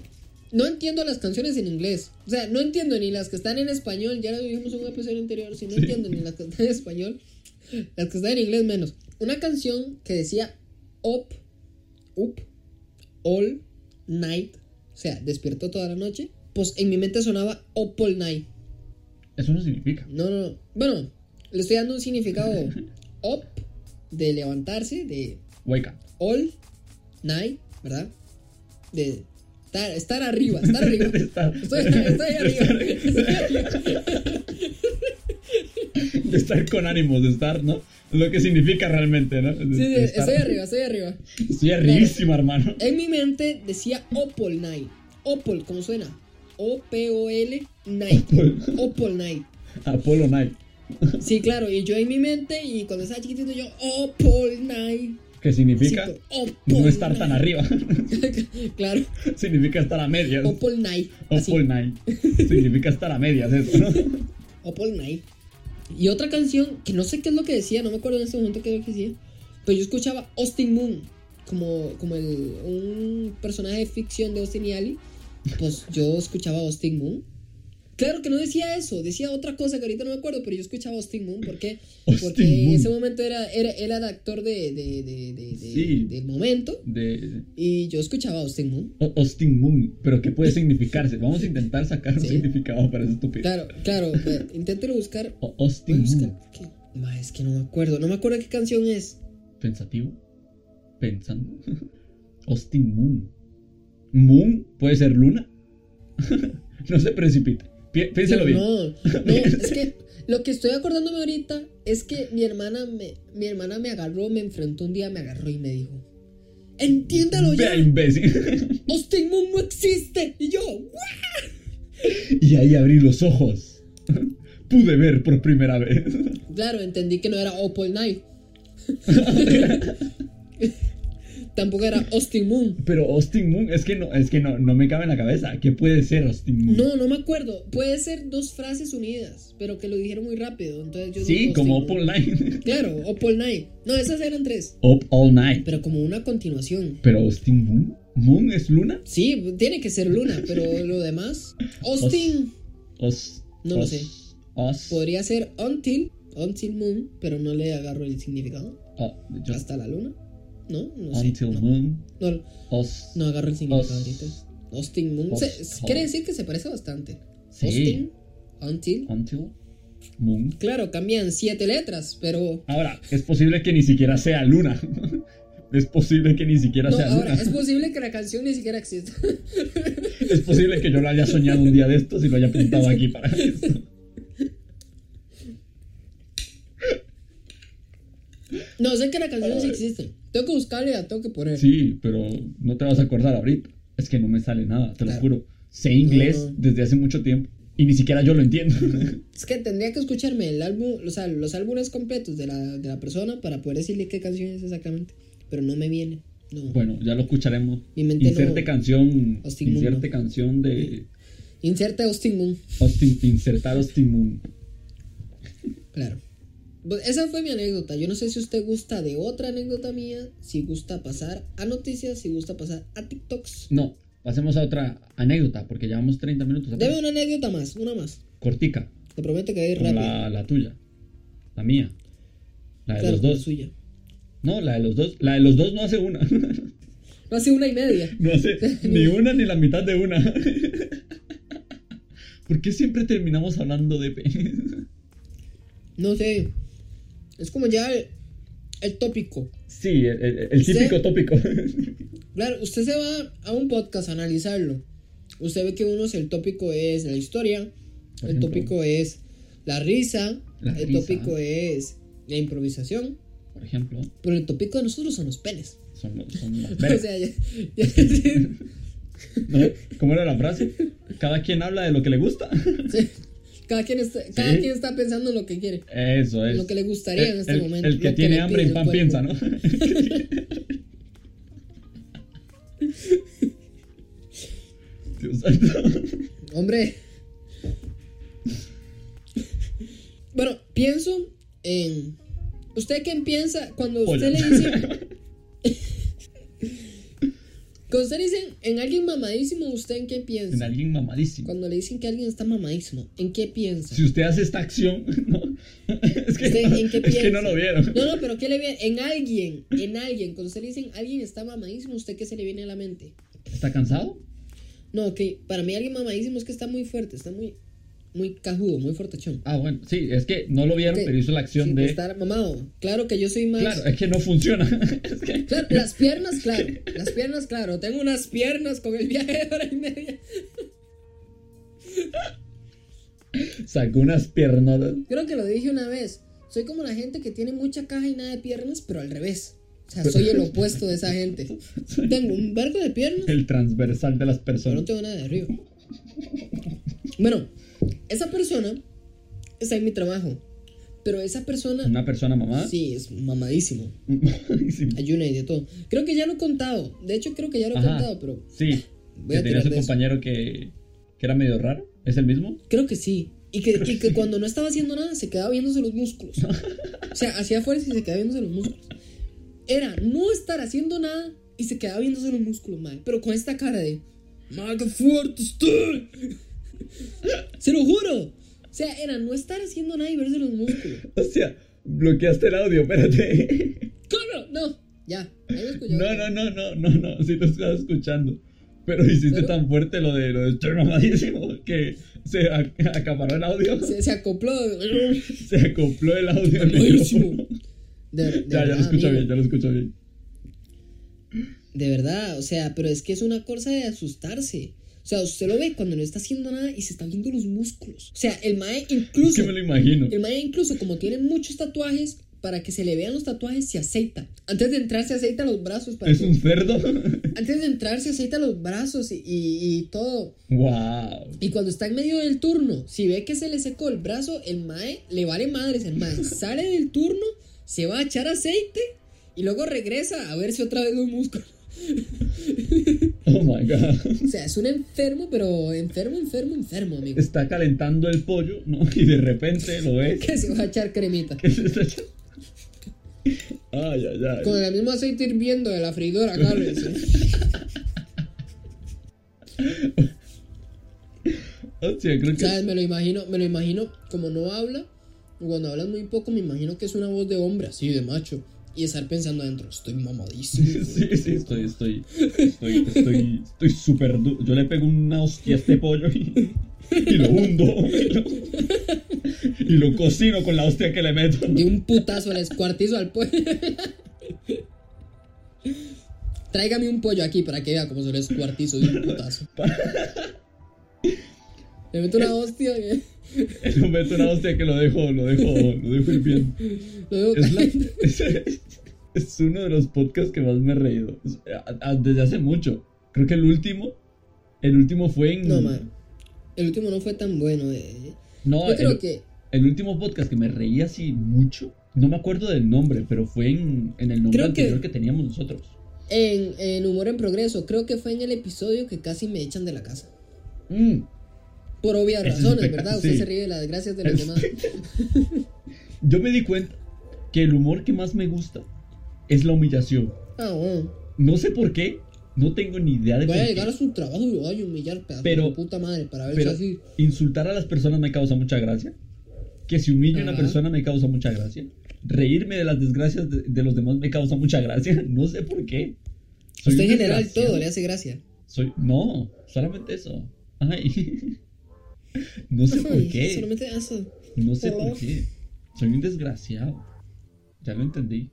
No entiendo las canciones en inglés. O sea, no entiendo ni las que están en español. Ya lo vimos en un episodio anterior. Si no entiendo ni las que están en español, las que están en inglés menos. Una canción que decía Up, Up, All Night. O sea, despierto toda la noche. Pues en mi mente sonaba Up All Night.
Eso no significa.
No, no, no. Bueno, le estoy dando un significado Up, de levantarse, de
Wake up.
All Night, ¿verdad? De estar, estar arriba, estar arriba.
Está-
Estoy, estoy arriba.
de estar con ánimos, de estar, ¿no? Lo que significa realmente, ¿no? De-
Sí, sí,
de estar-
estoy arriba, estoy arriba.
Estoy arribísimo, hermano.
En mi mente decía Opal Night. Opal, ¿cómo suena? O-P-O-L Night. Opal Night.
Apolo Night.
Sí, claro, y yo en mi mente, y cuando estaba chiquitito, yo Opal Night.
Que
Así,
significa
Opal
no estar
Night.
tan arriba.
claro,
significa estar a medias.
Opal Night. Así,
Opol Night. Significa estar a medias, eso, ¿no?
Opal Night. Y otra canción que no sé qué es lo que decía, no me acuerdo en este momento qué es lo que decía, pero yo escuchaba Austin Moon, como, como el, un personaje de ficción de Austin y Ali. Pues yo escuchaba Austin Moon. Claro que no decía eso, decía otra cosa que ahorita no me acuerdo, pero yo escuchaba Austin Moon porque, porque
Austin
en
Moon.
ese momento era, era, él era el actor de, de- de- de- de-
Sí.
del momento
De
y yo escuchaba Austin Moon.
O- Austin Moon. Pero ¿qué puede significarse? Vamos a intentar sacar un
Sí.
significado para ese estúpido.
Claro, Pues claro, intenté buscar.
O-
voy a
Austin
buscar
Moon.
qué- Ma, es que no me acuerdo, no me acuerdo qué canción es.
Pensativo. Pensando. Austin Moon. Moon puede ser luna. no se precipite. Pi- piénselo bien.
No, no, es que lo que estoy acordándome ahorita es que mi hermana me, mi hermana me agarró, me enfrentó un día, me agarró y me dijo, entiéndalo ya,
Vea, imbécil.
Austin Moon no existe. Y yo, "What?".
Y ahí abrí los ojos. Pude ver por primera vez.
claro, entendí que no era Opal Night. Tampoco era Austin Moon.
Pero Austin Moon, es que no, es que no, no me cabe en la cabeza. ¿Qué puede ser Austin Moon?
No, no me acuerdo. Puede ser dos frases unidas, pero que lo dijeron muy rápido. Entonces yo
sí,
digo
como
Austin
Up
Moon.
All Night.
Claro, Opal Night. No, esas eran tres.
Up All Night.
Pero como una continuación.
Pero Austin Moon. ¿Moon es luna?
Sí, tiene que ser Luna, pero lo demás. Austin.
Os,
No lo
os-
sé.
Os,
Podría ser Until. Until Moon, pero no le agarro el significado.
o- yo-
Hasta la Luna. No, no sé.
ah, until
no,
Moon.
no,
Os,
no agarro el significado
os-
ahorita. Austin Moon. se-
Austin.
quiere decir que se parece bastante.
Sí.
Austin. Until.
Until Moon.
Claro, cambian siete letras, pero.
Ahora, es posible que ni siquiera sea luna. Es posible que ni siquiera
No,
sea
ahora,
luna.
es posible que la canción ni siquiera exista.
Es posible que yo lo haya soñado un día de estos y lo haya apuntado aquí para esto.
No, sé que la canción sí existe. Tengo que buscarle a toque por él.
Sí, pero no te vas a acordar ahorita. Es que no me sale nada, te lo
Claro.
juro. Sé inglés
No, no.
desde hace mucho tiempo y ni siquiera yo lo entiendo.
Es que tendría que escucharme el álbum, o sea, los álbumes completos de la, de la persona para poder decirle qué canción es exactamente. Pero no me viene. No.
bueno, ya lo escucharemos.
Mi mente no-
inserte canción,
Austin Moon,
inserte
no.
canción de
Inserte Austin Moon.
Austin, insertar Austin Moon.
Claro. Pues esa fue mi anécdota. Yo no sé si usted gusta de otra anécdota mía, si gusta pasar a noticias, si gusta pasar a TikToks.
No, pasemos a otra anécdota porque llevamos 30 minutos. apenas.
Deme una anécdota más, una más.
Cortica,
Te prometo que es
como
rápido.
la, la tuya, la mía, la de
Claro,
los
como
dos.
suya.
No, la de los dos, la de los dos no hace una.
No hace una y media.
No hace ni una ni la mitad de una. ¿Por qué siempre terminamos hablando de penes?
No sé. Es como ya el- el tópico.
Sí, el, el- el típico
Sí.
tópico.
Claro, usted se va a un podcast a analizarlo. Usted ve que uno es el tópico es la historia,
Por
el
ejemplo.
tópico es la risa,
La
el
risa.
tópico es la improvisación,
Por ejemplo,
pero el tópico de nosotros son los penes.
son, los- son las
O
vergas,
sea, ya- ya- sí,
¿no? ¿Cómo era la frase? Cada quien habla de lo que le gusta.
cada quien está, cada
Sí.
quien está pensando en lo que quiere,
Eso es.
en lo que le gustaría en este
el,
momento.
El que
lo
tiene
le pide
hambre en
el
pan
cuerpo.
piensa, ¿no? Dios santo.
Hombre. Bueno, pienso en. ¿Usted qué piensa cuando usted
Hola.
le dice. cuando usted le dicen en alguien mamadísimo, ¿usted en qué
En
piensa?
alguien mamadísimo.
Cuando le dicen que alguien está mamadísimo, ¿en qué piensa?
Si usted hace esta acción, no. Es que,
¿Usted
no,
en qué
es que no
piensa?
lo vieron.
No, no, pero ¿qué le viene? En alguien, en alguien. Cuando usted le dicen alguien está mamadísimo, ¿usted qué se le viene a la mente?
¿Está cansado?
No, que para mí alguien mamadísimo es que está muy fuerte, está muy, muy cajudo, muy fortachón.
Ah, bueno, sí, es que no lo vieron,
Que-
pero hizo la acción
Sí,
de.
estar mamado. Claro que yo soy más.
Claro, es que no funciona. Es que-
Claro, las piernas, claro. Las piernas, claro. Tengo unas piernas con el viaje de hora y media.
Sacó unas piernotas.
Creo que lo dije una vez. Soy como la gente que tiene mucha caja y nada de piernas, pero al revés. O sea, soy el opuesto de esa gente. Tengo un vergo de piernas,
El transversal de las
pero no
personas.
tengo nada de arriba. Bueno, esa persona está en mi trabajo. Pero esa persona,
Una persona mamada.
sí, es mamadísimo.
Sí.
Ayuna y de todo. Creo que ya lo he contado. De hecho, creo que ya lo he
Ajá.
contado, pero
Sí,
voy
que
a
tenía
tirar
su
de eso.
compañero que, que era medio raro. ¿Es el mismo?
Creo que sí. Y que, y que cuando no estaba haciendo nada se quedaba viéndose los músculos. O sea, hacía fuerza y se quedaba viéndose los músculos. Era no estar haciendo nada y se quedaba viéndose los músculos, madre. Pero con esta cara de, madre, qué fuerte estoy. se lo juro. O sea, era no estar haciendo nada y verse los músculos.
Hostia, bloqueaste el audio, espérate.
¡Claro! No, ya. ahí lo escuchaba.
No, no, no, no, no, no, sí lo estás escuchando. Pero hiciste
Pero-
tan fuerte lo de lo de estoy mamadísimo que se a- acaparó el audio,
Se, se acopló.
se acopló el audio. al
Buenísimo.
micrófono.
De, de
Ya, ya
verdad,
lo escucho
amigo.
bien, ya lo escucho bien.
De verdad, o sea, pero es que es una cosa de asustarse. O sea, usted lo ve cuando no está haciendo nada y se está viendo los músculos. O sea, el mae
Es
incluso,
que me lo imagino.
el mae incluso como tiene muchos tatuajes, para que se le vean los tatuajes se aceita. Antes de entrar se aceita los brazos para
¿Es
que-
un cerdo?
antes de entrar se aceita los brazos y, y- y todo.
¡Wow!
Y cuando está en medio del turno, si ve que se le secó el brazo, el mae le vale madres, el mae sale del turno, se va a echar aceite y luego regresa a verse otra vez los músculos.
Oh my god.
O sea, es un enfermo, pero enfermo, enfermo, enfermo, amigo.
Está calentando el pollo, ¿no? Y de repente lo ves.
Que se va a echar cremita.
¿Qué es eso? Ay, ay, ay.
Con el mismo aceite hirviendo de la freidora, Carlos.
Hostia, Ah, creo que.
¿Sabes? Me lo imagino, me lo imagino, como no habla, cuando hablas muy poco, me imagino que es una voz de hombre, así, de macho. Y estar pensando adentro, estoy mamadísimo.
Sí, sí, estoy, estoy, estoy, estoy, estoy súper duro. Yo le pego una hostia a este pollo y, y lo hundo. Y lo, y lo cocino con la hostia que le meto.
De un putazo al escuartizo al pollo. Tráigame un pollo aquí para que vea cómo se lo escuartizo de un putazo. Le meto una hostia. eh,
Le meto una hostia que lo dejo, lo dejo, lo dejo hirviendo.
Lo dejo
Es, la-
caliente.
es, es uno de los podcasts que más me he reído. Es- a- a- desde hace mucho. Creo que el último. El último fue en.
No, man. El último no fue tan bueno. eh.
No,
Yo creo
el,
que.
el último podcast que me reí así mucho. No me acuerdo del nombre, pero fue en, en el nombre
Creo que-
anterior que teníamos nosotros.
En, en Humor en Progreso, creo que fue en el episodio que casi me echan de la casa.
Mm,
Por obvias
Ese es
razones,
peca-
¿verdad? Usted
sí.
se ríe de las gracias de los
Es
demás.
Yo me di cuenta que el humor que más me gusta es la humillación.
Ah, bueno.
No sé por qué, no tengo ni idea de
Voy a
por qué.
llegar a su trabajo y lo voy a humillar, pedazo
Pero-
de puta madre, para ver
Pero
si así.
insultar a las personas me causa mucha gracia. Que si humille a una
Ajá.
persona me causa mucha gracia. Reírme de las desgracias de, de los demás me causa mucha gracia. No sé por qué. Soy
Usted en
un
general
desgraciado.
todo le hace gracia.
Soy, no, solamente eso. Ay. No sé por
Ay,
qué.
Solamente eso.
No sé
Por
por
dos.
qué. Soy un desgraciado. Ya lo entendí.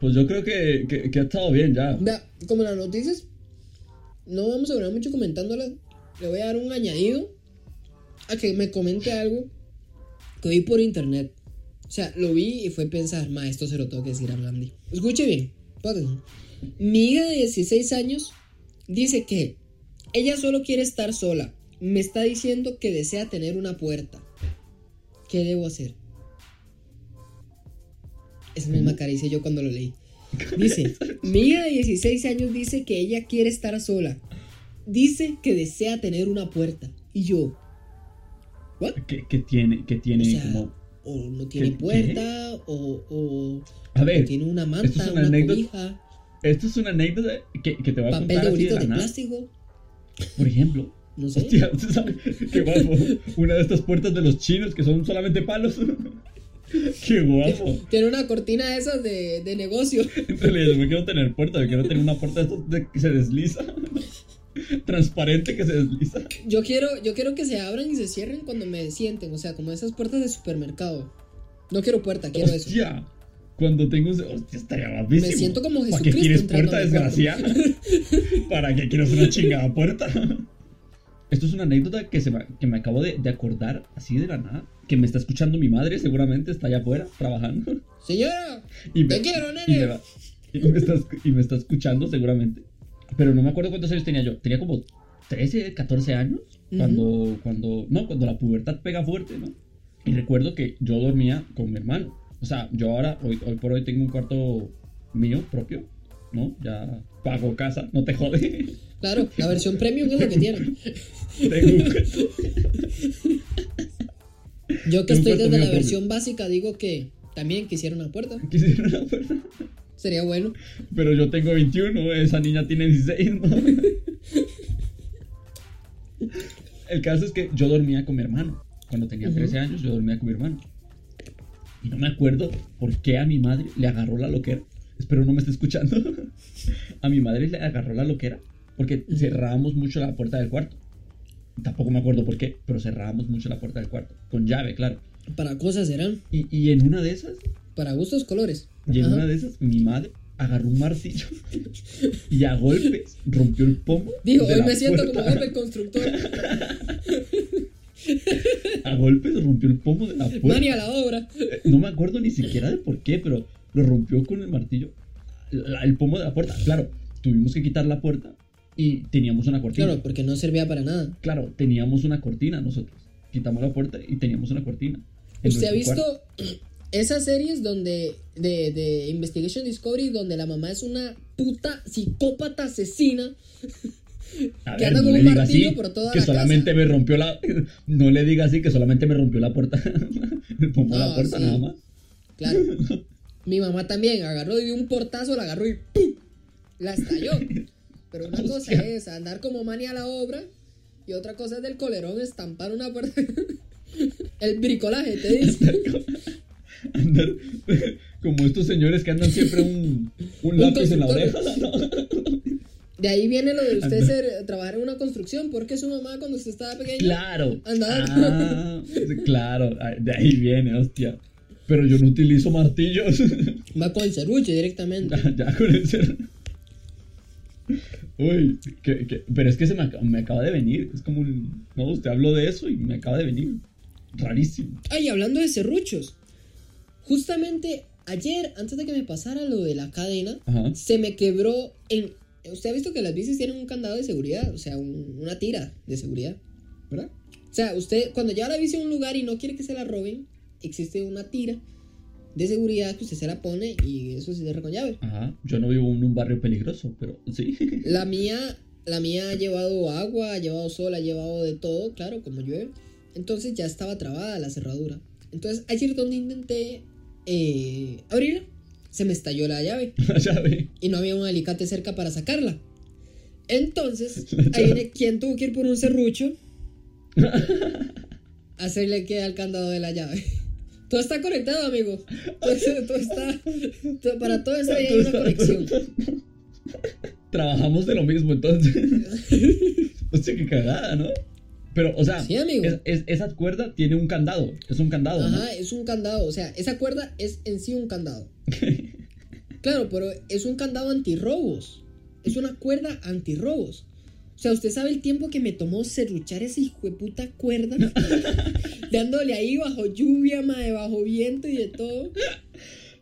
Pues yo creo que, que, que ha estado bien ya.
Vea, como las noticias, no vamos a durar mucho comentándolas. Le voy a dar un añadido a que me comente algo que vi por internet. O sea, lo vi y fue pensar, ma, esto se lo tengo que decir a Blandi. Escuche bien, póngase. Mi hija de 16 años dice que ella solo quiere estar sola. Me está diciendo que desea tener una puerta. ¿Qué debo hacer? Esa misma cara hice yo cuando lo leí. Dice, mi hija de 16 años dice que ella quiere estar sola. Dice que desea tener una puerta. Y yo,
Que, que tiene, que tiene
o sea,
como.
o no tiene
¿Qué-
puerta, o, o
A ver,
tiene una manta,
esto es una
una,
anécdota-
cobija,
esto es una anécdota que, que te voy a
papel
contar
de
así de
bolitos
la
de
nada.
plástico, ¿Eh?
Por ejemplo.
no sé.
Hostia, ¿tú sabes? Qué guapo. Una de estas puertas de los chinos que son solamente palos. Qué guapo.
Tiene una cortina de esas de, de negocio.
En realidad, yo no quiero tener puerta, yo quiero tener una puerta de estas de- que se desliza. Transparente que se desliza.
Yo quiero, yo quiero que se abran y se cierren cuando me sienten, o sea, como esas puertas de supermercado. No quiero puerta, quiero eso.
Hostia, cuando tengo un. Hostia, estaría
Me
guapísimo.
siento como
¿Para qué
Jesucristo
quieres
entrando
puerta
a mi cuarto.
desgraciada? ¿Para qué quieres una chingada puerta? Esto es una anécdota que, se me, que me acabo de, de acordar así de la nada. Que me está escuchando mi madre, seguramente está allá afuera trabajando.
Señora,
Y
Te quiero, nene.
Y me, va- y me está, esc- y me está escuchando seguramente. Pero no me acuerdo cuántos años tenía yo. Tenía como 13, 14 años. Cuando, cuando, no, cuando la pubertad pega fuerte, ¿no? Y recuerdo que yo dormía con mi hermano. O sea, yo ahora, hoy, hoy por hoy, tengo un cuarto mío propio, ¿no? Ya pago casa, no te jode.
claro, la versión premium es lo que tienen.
Tengo un cuarto-
Yo que
Tengo un
estoy
cuarto
desde la
mío propio.
versión básica digo que también quisiera una puerta.
quisiera una puerta.
Sería bueno.
Pero yo tengo 21, esa niña tiene 16, ¿no? El caso es que yo dormía con mi hermano. Cuando tenía
Ujú.
13 años, yo dormía con mi hermano. Y no me acuerdo por qué a mi madre le agarró la loquera. Espero no me esté escuchando. a mi madre le agarró la loquera porque
Ujú.
cerrábamos mucho la puerta del cuarto. Tampoco me acuerdo por qué, pero cerrábamos mucho la puerta del cuarto. Con llave, claro.
Para cosas serán,
Y, y en una de esas,
para gustos colores.
y en
Ajá.
una de esas, mi madre agarró un martillo y a golpes rompió el pomo.
Dijo,
de
hoy
la
me siento
puerta.
como Bob el constructor.
A golpes rompió el pomo de la puerta.
Mani a la obra.
Eh, No me acuerdo ni siquiera de por qué, pero lo rompió con el martillo. la- el pomo de la puerta. Claro, tuvimos que quitar la puerta y teníamos una cortina.
Claro, porque no servía para nada.
Claro, teníamos una cortina nosotros. Quitamos la puerta y teníamos una cortina. en
¿Usted ha
nuestro cuarto.
visto esas series donde de, de Investigation Discovery donde la mamá es una puta psicópata asesina?
A
que
ver,
anda
no
con
le
un
diga
martillo
así,
por toda
que
la
solamente
casa.
me rompió la... No le diga así, que solamente me rompió la puerta. el pomo de
No,
la puerta,
Ah, sí.
nada más.
Claro. Mi mamá también agarró y dio un portazo, la agarró y ¡pum! La estalló. Pero una cosa
Hostia.
es andar como mani a la obra y otra cosa es del colerón estampar una puerta. El bricolaje, te dice.
andar como estos señores que andan siempre un, un
Un
lápiz en la oreja.
consultorio.
¿no?
De ahí viene lo de usted
Andar.
ser, trabajar en una construcción, porque su mamá cuando usted estaba pequeño.
Claro.
Andar.
Ah, claro, ah, de ahí viene, hostia. Pero yo no utilizo martillos.
Va con el serruche directamente.
ya, ya con el ser- Uy, que- que- pero es que se me, ac- me acaba de venir. Es como un. No, usted habló de eso y me acaba de venir. Rarísimo.
Ay, hablando de serruchos. Justamente ayer, antes de que me pasara lo de la cadena,
Ajá.
se me quebró en... Usted ha visto que las bicis tienen un candado de seguridad, o sea, un- una tira de seguridad, ¿verdad? O sea, usted cuando lleva la bici a un lugar y no quiere que se la roben, existe una tira de seguridad que usted se la pone y eso se cierra con llave.
Ajá. Yo no vivo en un barrio peligroso, pero sí.
La mía, la mía ha llevado agua, ha llevado sol, ha llevado de todo, claro, como llueve. Entonces ya estaba trabada la cerradura. Entonces ayer donde intenté eh, abrirla, se me estalló la llave
La llave.
y no había un alicate cerca para sacarla. Entonces, ahí viene quien tuvo que ir por un serrucho, hacerle que al candado de la llave. Todo está conectado, amigo. Todo, todo está, todo- para todo eso ahí hay una conexión.
Trabajamos de lo mismo, entonces. Hostia, qué cagada, ¿no? Pero, o sea,
Sí, amigo.
es- es- esa cuerda tiene un candado. Es un candado, ¿no?
Ajá, es un candado. O sea, esa cuerda es en sí un candado. claro, pero es un candado antirrobos. Es una cuerda antirrobos. O sea, usted sabe el tiempo que me tomó serruchar esa hijueputa cuerda. dándole ahí bajo lluvia, mae, bajo viento y de todo.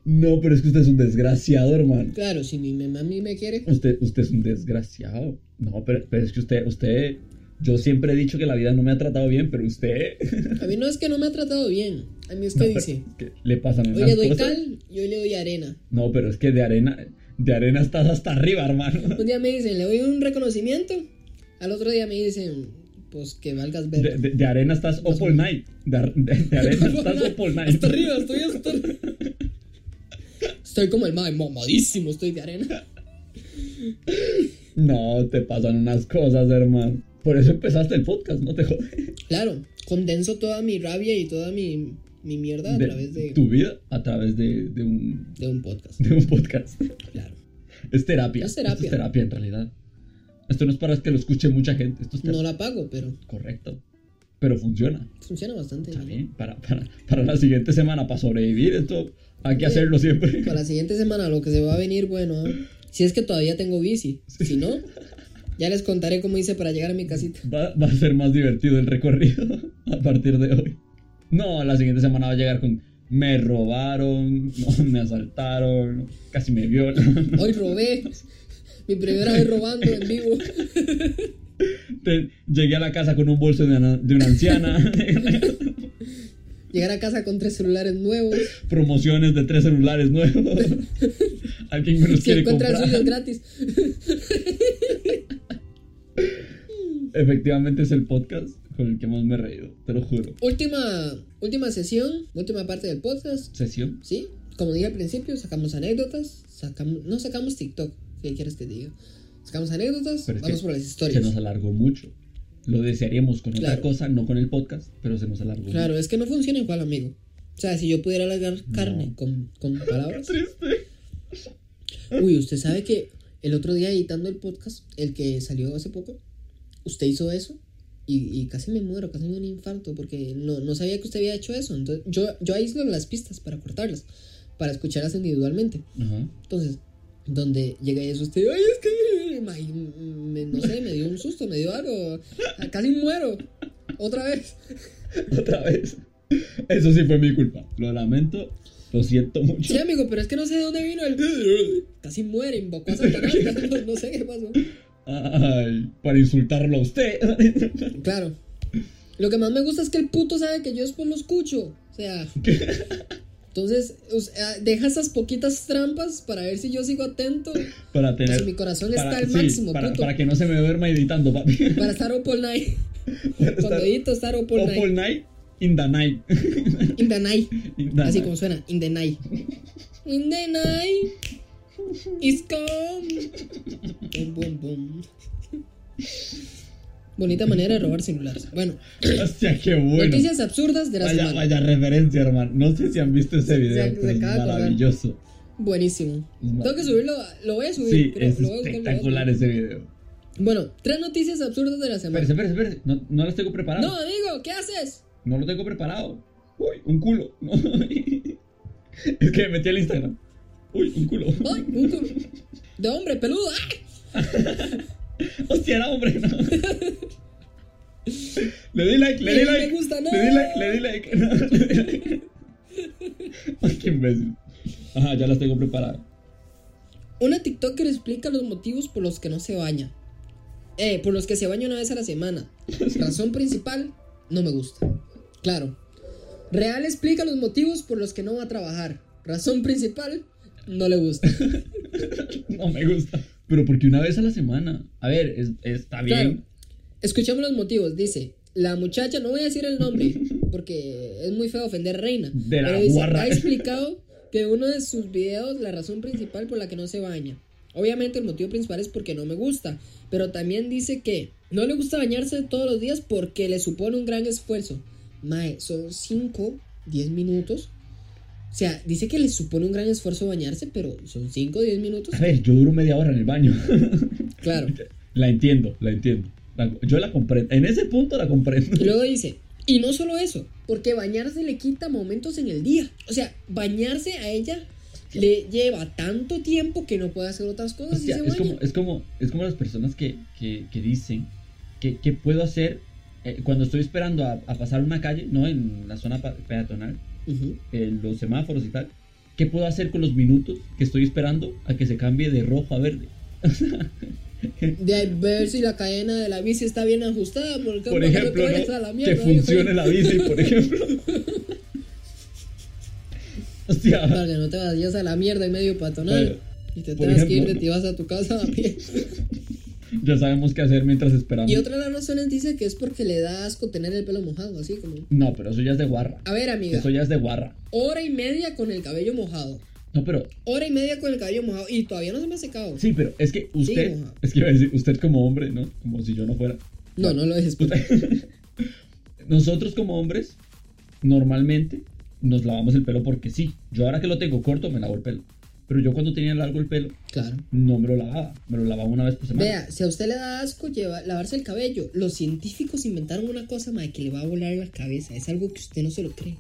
No, pero es que usted es un desgraciado, hermano.
Claro, si mi mamá a mí me quiere.
Usted, usted es un desgraciado. No, pero, pero es que usted, usted. Yo siempre he dicho que la vida no me ha tratado bien, pero usted.
A mí no es que no me ha tratado bien. A mí es que
No, pero
dice:
es que le pasan
Hoy le
unas
doy
cosas.
cal y hoy le doy arena.
No, pero es que de arena. De arena estás hasta arriba, hermano.
Un día me dicen: Le doy un reconocimiento. Al otro día me dicen: Pues que valgas ver.
De, de- de arena estás up all night. De, ar- de- de arena estás up all night.
Hasta arriba, estoy hasta arriba. Estoy como el mae, mamadísimo, estoy de arena.
No, te pasan unas cosas, hermano. Por eso empezaste el podcast, no te jode.
Claro, condenso toda mi rabia y toda mi, mi mierda a
De-
través de,
Tu vida a través de, de un,
de un podcast.
de un podcast.
Claro.
Es terapia.
Es
Esto
terapia.
es terapia en realidad. Esto no es para que lo escuche mucha gente. Esto es
No
terapia.
la pago, pero
Correcto. Pero funciona.
funciona bastante.
Está bien. Para, para, para la siguiente semana, para sobrevivir, esto hay que
Sí.
hacerlo siempre.
Para la siguiente semana, lo que se va a venir, bueno. ah, Si es que todavía tengo bici. Si no, Ya les contaré cómo hice para llegar a mi casita.
Va, va a ser más divertido el recorrido a partir de hoy. No, la siguiente semana va a llegar con me robaron, no, me asaltaron, casi me violan.
Hoy robé. Mi primera vez robando en vivo.
Te- llegué a la casa con un bolso de una, de una anciana,
Llegar a casa con tres celulares nuevos.
promociones de tres celulares nuevos. Alguien me los
Si
quiere
encuentran
comprar.
suyos gratis.
Efectivamente es el podcast con el que más me he reído, te lo juro.
Última, última sesión, última parte del podcast.
Sesión.
¿Sí? Como dije al principio, sacamos anécdotas. Sacamos, no sacamos TikTok. ¿Qué quieres que diga? Sacamos anécdotas.
Pero es
vamos
que
por las
Se
historias.
nos alargó mucho. Lo desearíamos con
Claro.
otra cosa, no con el podcast, pero se nos alargó.
Claro, es que no funciona igual, amigo. O sea, si yo pudiera alargar carne
No.
con, con
mucho.
palabras.
Triste.
Uy, usted sabe que el otro día editando el podcast, el que salió hace poco, usted hizo eso y, y casi me muero, casi me da un infarto porque no, no sabía que usted había hecho eso. Entonces yo, yo aíslo las pistas para cortarlas, para escucharlas individualmente.
Ajá.
Entonces, donde llega eso, usted, ay, es que me- me- me- no sé, me dio un susto, me dio algo, casi muero. Otra vez.
Otra vez. Eso sí fue mi culpa. Lo lamento, lo siento mucho.
Sí, amigo, pero es que no sé de dónde vino el... Casi muere, invocó a Satanás, no- no sé qué pasó.
Ay, para insultarlo a usted.
Claro. Lo que más me gusta es que el puto sabe que yo después lo escucho. O sea. Entonces, o sea, deja esas poquitas trampas para ver si yo sigo atento.
Para
Pues,
tener.
mi corazón
para-
está al
sí,
máximo,
para,
puto.
para que no se me duerma editando, papi.
Para estar up all night.
Para
Cuando
estar
edito, estar up all
up all
night.
night, in the night.
In the night.
In the
Así
night.
como suena. In the night. In the night. It's gone. Boom, boom, boom. Bonita manera de robar celulares. Bueno,
Hostia, qué bueno.
noticias absurdas de la
Vaya,
semana.
vaya referencia, hermano. No sé si han visto ese video,
se
pero es
acaba de acordar.
maravilloso.
Buenísimo.
Vale.
Tengo que subirlo, lo voy a subir.
Sí,
creo,
es
lo voy a buscar, lo voy a
espectacular ese video.
buscar. Bueno, tres noticias absurdas de la semana.
Espérese, espérese, espérese. No, no los tengo preparados.
No, amigo, ¿qué haces?
No lo tengo preparado. Uy, un culo. No. Es que me metí al Instagram. Uy, un culo.
Ay, un culo de hombre peludo. ¡Ay!
Hostia, era hombre. No. Le di like, le
Le
di
di
like.
me gusta, no.
Le di like, le di like. No, le di like. Ay, qué imbécil. Ajá, ya las tengo preparadas.
Una TikToker explica los motivos por los que no se baña. Eh, por los que se baña una vez a la semana. Razón principal, no me gusta. Claro. Real explica los motivos por los que no va a trabajar. Razón principal, no le gusta.
No me gusta. Pero porque una vez a la semana. A ver, es- está bien.
Claro. Escuchemos los motivos. Dice, la muchacha, no voy a decir el nombre, porque es muy feo ofender a Reina.
De la
pero dice,
guarra.
ha explicado que uno de sus videos, la razón principal por la que no se baña. Obviamente el motivo principal es porque no me gusta, pero también dice que no le gusta bañarse todos los días porque le supone un gran esfuerzo. Mae, son 5, 10 minutos. O sea, dice que le supone un gran esfuerzo bañarse, pero son 5, 10 minutos.
A ver, yo duro media hora en el baño.
Claro.
La entiendo, la entiendo. La- yo la comprendo. En ese punto la comprendo.
Y luego dice, y no solo eso, porque bañarse le quita momentos en el día. O sea, bañarse a ella le lleva tanto tiempo que no puede hacer otras
O
cosas
sea,
y se
es,
baña.
como, es, como, es como las personas que, que, que dicen que, que puedo hacer eh, cuando estoy esperando a, a pasar una calle, no en la zona pa- peatonal,
Ujú.
en los semáforos y tal. ¿Qué puedo hacer con los minutos que estoy esperando a que se cambie de rojo a verde?
De ahí ver si la cadena de la bici está bien ajustada. Porque para
Por
que no te
ejemplo,
vayas a la
¿no?
mierda,
que
viejo.
funcione la bici, por ejemplo. Hostia,
Para que no te vayas a la mierda en medio patonal.
Bueno,
y te
por
tengas que ir
ejemplo,
de ti vas a tu casa a pie.
ya sabemos qué hacer mientras esperamos.
Y otra de las razones dice que es porque le da asco tener el pelo mojado, así como.
No, pero eso ya es de guarra.
A ver, amiga,
Eso ya es de guarra.
hora y media con el cabello mojado.
No, pero
Hora y media con el cabello mojado y todavía no se me ha secado.
Sí, pero es que usted,
Sigue mojado.
es que iba a decir, usted como hombre, ¿no? Como si yo no fuera.
No, no lo dejes. puta.
Usted- Nosotros como hombres, normalmente nos lavamos el pelo porque sí. Yo ahora que lo tengo corto, me lavo el pelo. Pero yo cuando tenía largo el pelo,
Claro.
no me lo lavaba. Me lo lavaba una vez por semana.
Vea, si a usted le da asco lleva, lavarse el cabello, los científicos inventaron una cosa mae, que le va a volar la cabeza. Es algo que usted no se lo cree.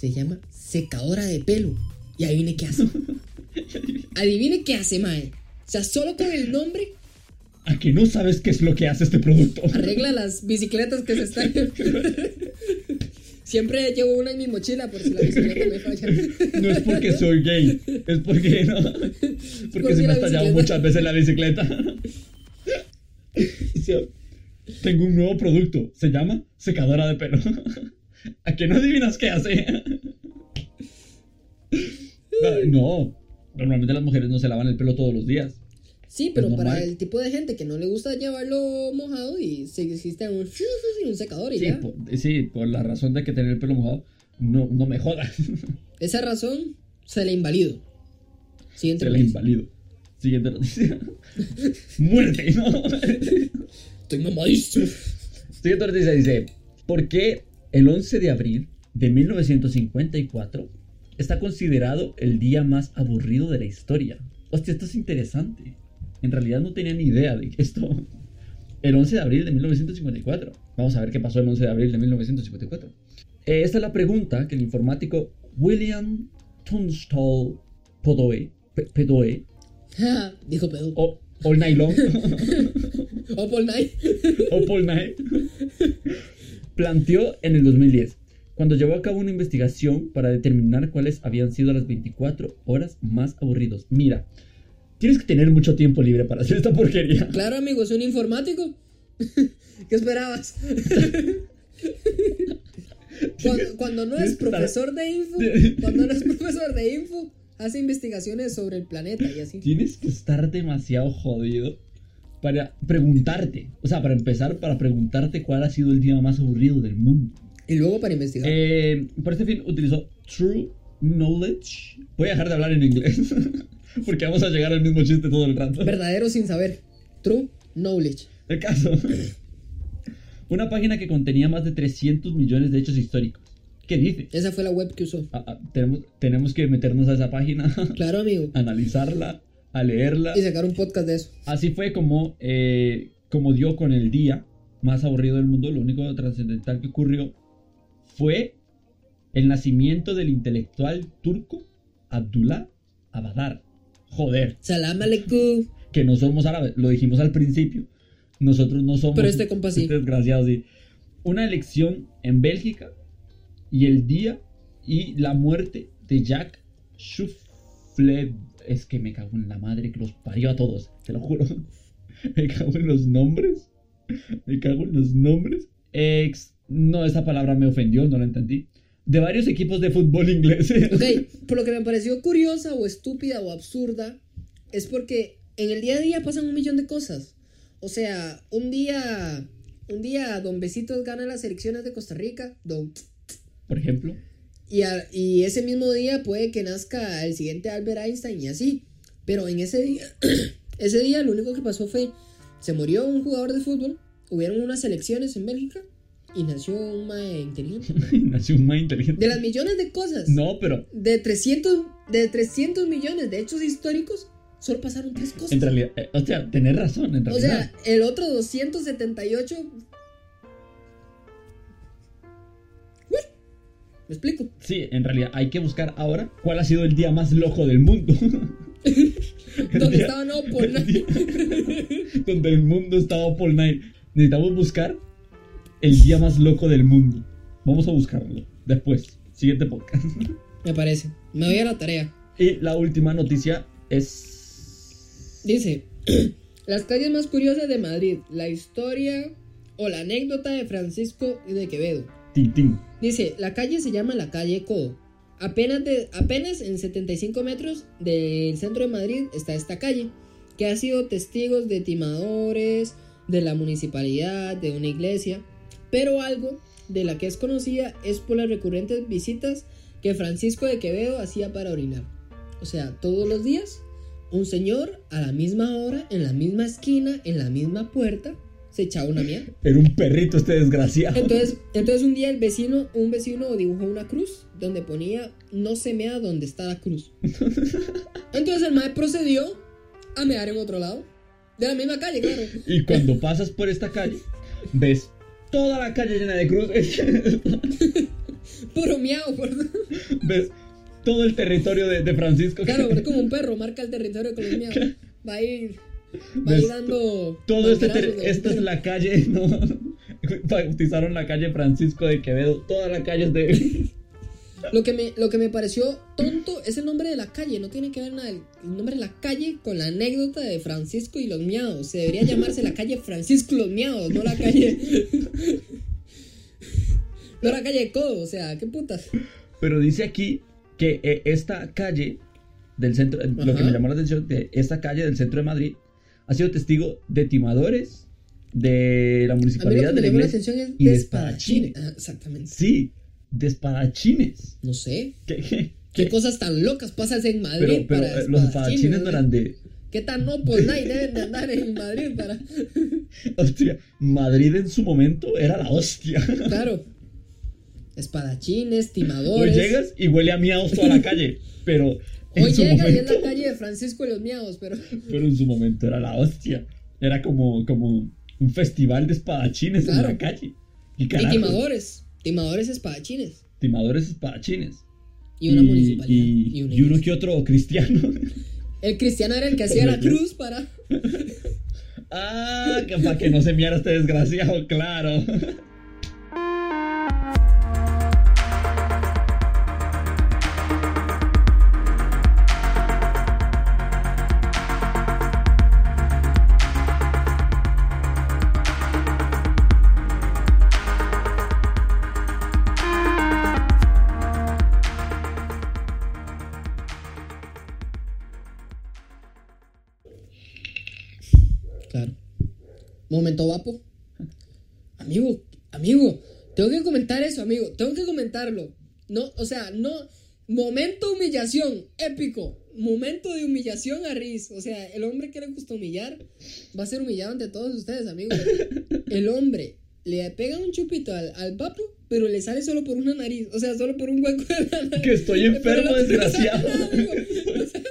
Se llama secadora de pelo. Y adivine qué hace. adivine qué hace, mae. O sea, solo con el nombre
a que no sabes qué es lo que hace este producto.
Arregla las bicicletas que se están. Siempre llevo una en mi mochila por si la bicicleta me falla.
No es porque soy gay, es porque no. Porque,
Porque
se me
la
ha tallado
bicicleta.
muchas veces la bicicleta. O sea, tengo un nuevo producto, se llama secadora de pelo. ¿A que no adivinas qué hace? Ah, No, normalmente las mujeres no se lavan el pelo todos los días.
Sí, pero
Pues
para
normal.
el tipo de gente que no le gusta llevarlo mojado y se existe un, y un secador y
Sí
ya.
por, sí, por la razón de que tener el pelo mojado, no, no me jodas.
Esa razón se le invalido. Siguiente
Se la
noticia.
invalido. Siguiente noticia. Muerte, ¿no?
Estoy mamadísimo.
Siguiente noticia dice, ¿por qué el 11 de abril de 1954 está considerado el día más aburrido de la historia? Hostia, esto es interesante. En realidad no tenía ni idea de que esto... El 11 de abril de 1954. Vamos a ver qué pasó el 11 de abril de 1954. Eh, esta es la pregunta que el informático William Tunstall Podoe, Pe- Pedoe,
Dijo Oh, pedo. O
o All Night Long,
Paul Knight.
o Paul Knight, planteó en el 2010, cuando llevó a cabo una investigación para determinar cuáles habían sido las 24 horas más aburridos. Mira, tienes que tener mucho tiempo libre para hacer esta porquería.
Claro, amigo, es un informático. ¿Qué esperabas? cuando, cuando no es
Tienes que estar-
profesor de info, cuando no es profesor de info, hace investigaciones sobre el planeta y así.
Tienes que estar demasiado jodido para preguntarte, o sea, para empezar, para preguntarte cuál ha sido el día más aburrido del mundo.
Y luego para investigar.
Eh, por este fin utilizó True Knowledge. Voy a dejar de hablar en inglés. Porque vamos a llegar al mismo chiste todo el rato.
Verdadero sin saber. True knowledge.
El caso. Una página que contenía más de 300 millones de hechos históricos. ¿Qué dice?
Esa fue la web que usó.
Ah, ah, tenemos, tenemos que meternos a esa página,
Claro, amigo.
a analizarla, a leerla.
Y sacar un podcast de eso.
Así fue como, eh, como dio con el día más aburrido del mundo. Lo único trascendental que ocurrió fue el nacimiento del intelectual turco Abdullah Abadar. Joder,
Salam aleikum.
que no somos árabes, lo dijimos al principio. Nosotros no somos.
Pero este compa sí.
este desgraciado, sí. Una elección en Bélgica y el día y la muerte de Jack Schuffle. Es que me cago en la madre que los parió a todos, te lo juro. Me cago en los nombres. Me cago en los nombres. Ex. No, esa palabra me ofendió, no la entendí. De varios equipos de fútbol ingleses.
Ok, por lo que me pareció curiosa o estúpida o absurda, es porque en el día a día pasan un millón de cosas. O sea, un día, un día Don Besitos gana las elecciones de Costa Rica, Don.
Por ejemplo.
Y, a- y ese mismo día puede que nazca el siguiente Albert Einstein y así. Pero en ese día, ese día lo único que pasó fue, se murió un jugador de fútbol, hubieron unas elecciones en Bélgica y nació un mae inteligente.
Nació un más inteligente.
De las millones de cosas.
No, pero
De 300, de 300 millones de hechos históricos, solo pasaron tres cosas.
En realidad, eh, o sea, tenés razón, en
o
realidad.
sea, el otro 278... ¿What? ¿Me explico?
sí, en realidad hay que buscar ahora cuál ha sido el día más loco del mundo. El
¿Dónde
día-
estaba no por
el día donde el mundo estaba por night. Necesitamos buscar el día más loco del mundo. Vamos a buscarlo después, siguiente podcast.
Me parece. Me voy a la tarea.
Y la última noticia es
Dice, las calles más curiosas de Madrid, la historia o la anécdota de Francisco de Quevedo.
Tintín.
Dice, la calle se llama la calle Codo. Apenas, de, apenas en 75 metros del centro de Madrid está esta calle, que ha sido testigos de timadores, de la municipalidad, de una iglesia, pero algo de la que es conocida es por las recurrentes visitas que Francisco de Quevedo hacía para orinar. O sea, todos los días, un señor a la misma hora, en la misma esquina, en la misma puerta, se echaba una mierda.
Era un perrito este desgraciado.
Entonces, entonces un día el vecino, un vecino dibujó una cruz donde ponía no se mea donde está la cruz. Entonces el mae procedió a mear en otro lado. De la misma calle, claro.
Y cuando pasas por esta calle, ves toda la calle llena de cruces.
Puro miau, por...
ves todo el territorio de, de Francisco.
Claro, porque es como un perro, marca el territorio con los miau. Va a ir Va
Des-
ir dando.
Todo este ter-
manguerazos de-
esta es la calle, ¿no? Bautizaron la calle Francisco de Quevedo. Toda la calle es de.
Lo que, me, lo que me pareció tonto es el nombre de la calle. No tiene que ver nada del- el nombre de la calle con la anécdota de Francisco y los miados. Se debería llamarse la calle Francisco y los miados, no la calle. no la calle de Codo, o sea, qué putas.
Pero dice aquí que eh, esta calle del centro. eh, Lo que
Ajá.
me llamó la atención, de esta calle del centro de Madrid ha sido testigo de timadores, de la
A mí lo que
municipalidad, de
me
la
llamó la
iglesia.
atención es
y de
despadachines.
espadachines.
Ah, exactamente.
Sí, de espadachines.
No sé.
¿Qué, qué-
¿Qué,
qué-
cosas tan locas pasas en Madrid?
Pero, pero
para
eh, los
espadachines,
espadachines no eran de.
¿Qué tan no pues nadie deben de andar en Madrid para.
Hostia, Madrid en su momento era la hostia.
Claro.
Pues
Espadachines,
O
timadores.
llegas y huele a miados toda la calle. Pero en
Hoy
su
llega y es
momento.
la calle de Francisco y los Miados, pero
Pero en su momento era la hostia. Era como, como un festival de espadachines en la
Claro.
calle. Y
y
carajo,
timadores, timadores espadachines
timadores espadachines.
y una municipalidad
y-
y una
y uno
iglesia.
que otro cristiano.
El cristiano era el que hacía la
Correcto.
cruz para
ah, que para que no se miara este desgraciado, claro.
Claro. Momento vapo. Amigo, amigo, tengo que comentar eso, amigo, tengo que comentarlo. No, o sea, no momento humillación, épico. Momento de humillación a Riz. O sea, el hombre que le gusta humillar va a ser humillado ante todos ustedes, amigo. El hombre le pega un chupito al, al vapo, pero le sale solo por una nariz. O sea, solo por un hueco de la nariz.
Que estoy
Pero
enfermo,
no te pasa
desgraciado.
nada, amigo. O sea,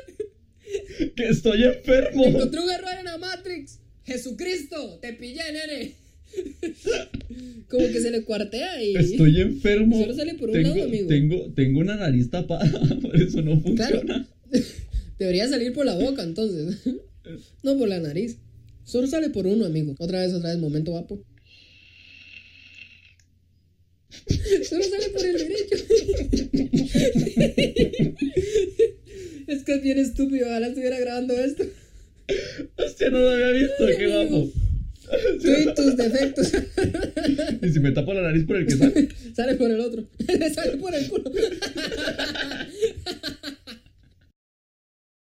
Que estoy enfermo.
Encontré un error en la Matrix. Jesucristo, te pillé, nene. Como que se le cuartea y.
Estoy enfermo.
Solo sale por un
tengo,
lado, amigo.
Tengo, tengo una nariz tapada, por eso no
Claro.
funciona.
Debería salir por la boca entonces. No por la nariz. Solo sale por uno, amigo. Otra vez, otra vez, momento guapo. Solo sale por el derecho. Es que es bien estúpido. Ojalá estuviera grabando esto.
Hostia, no lo había visto, qué guapo.
Tú y tus defectos.
Y si me tapo la nariz por el que sale.
Sale por el otro. Le sale por el culo.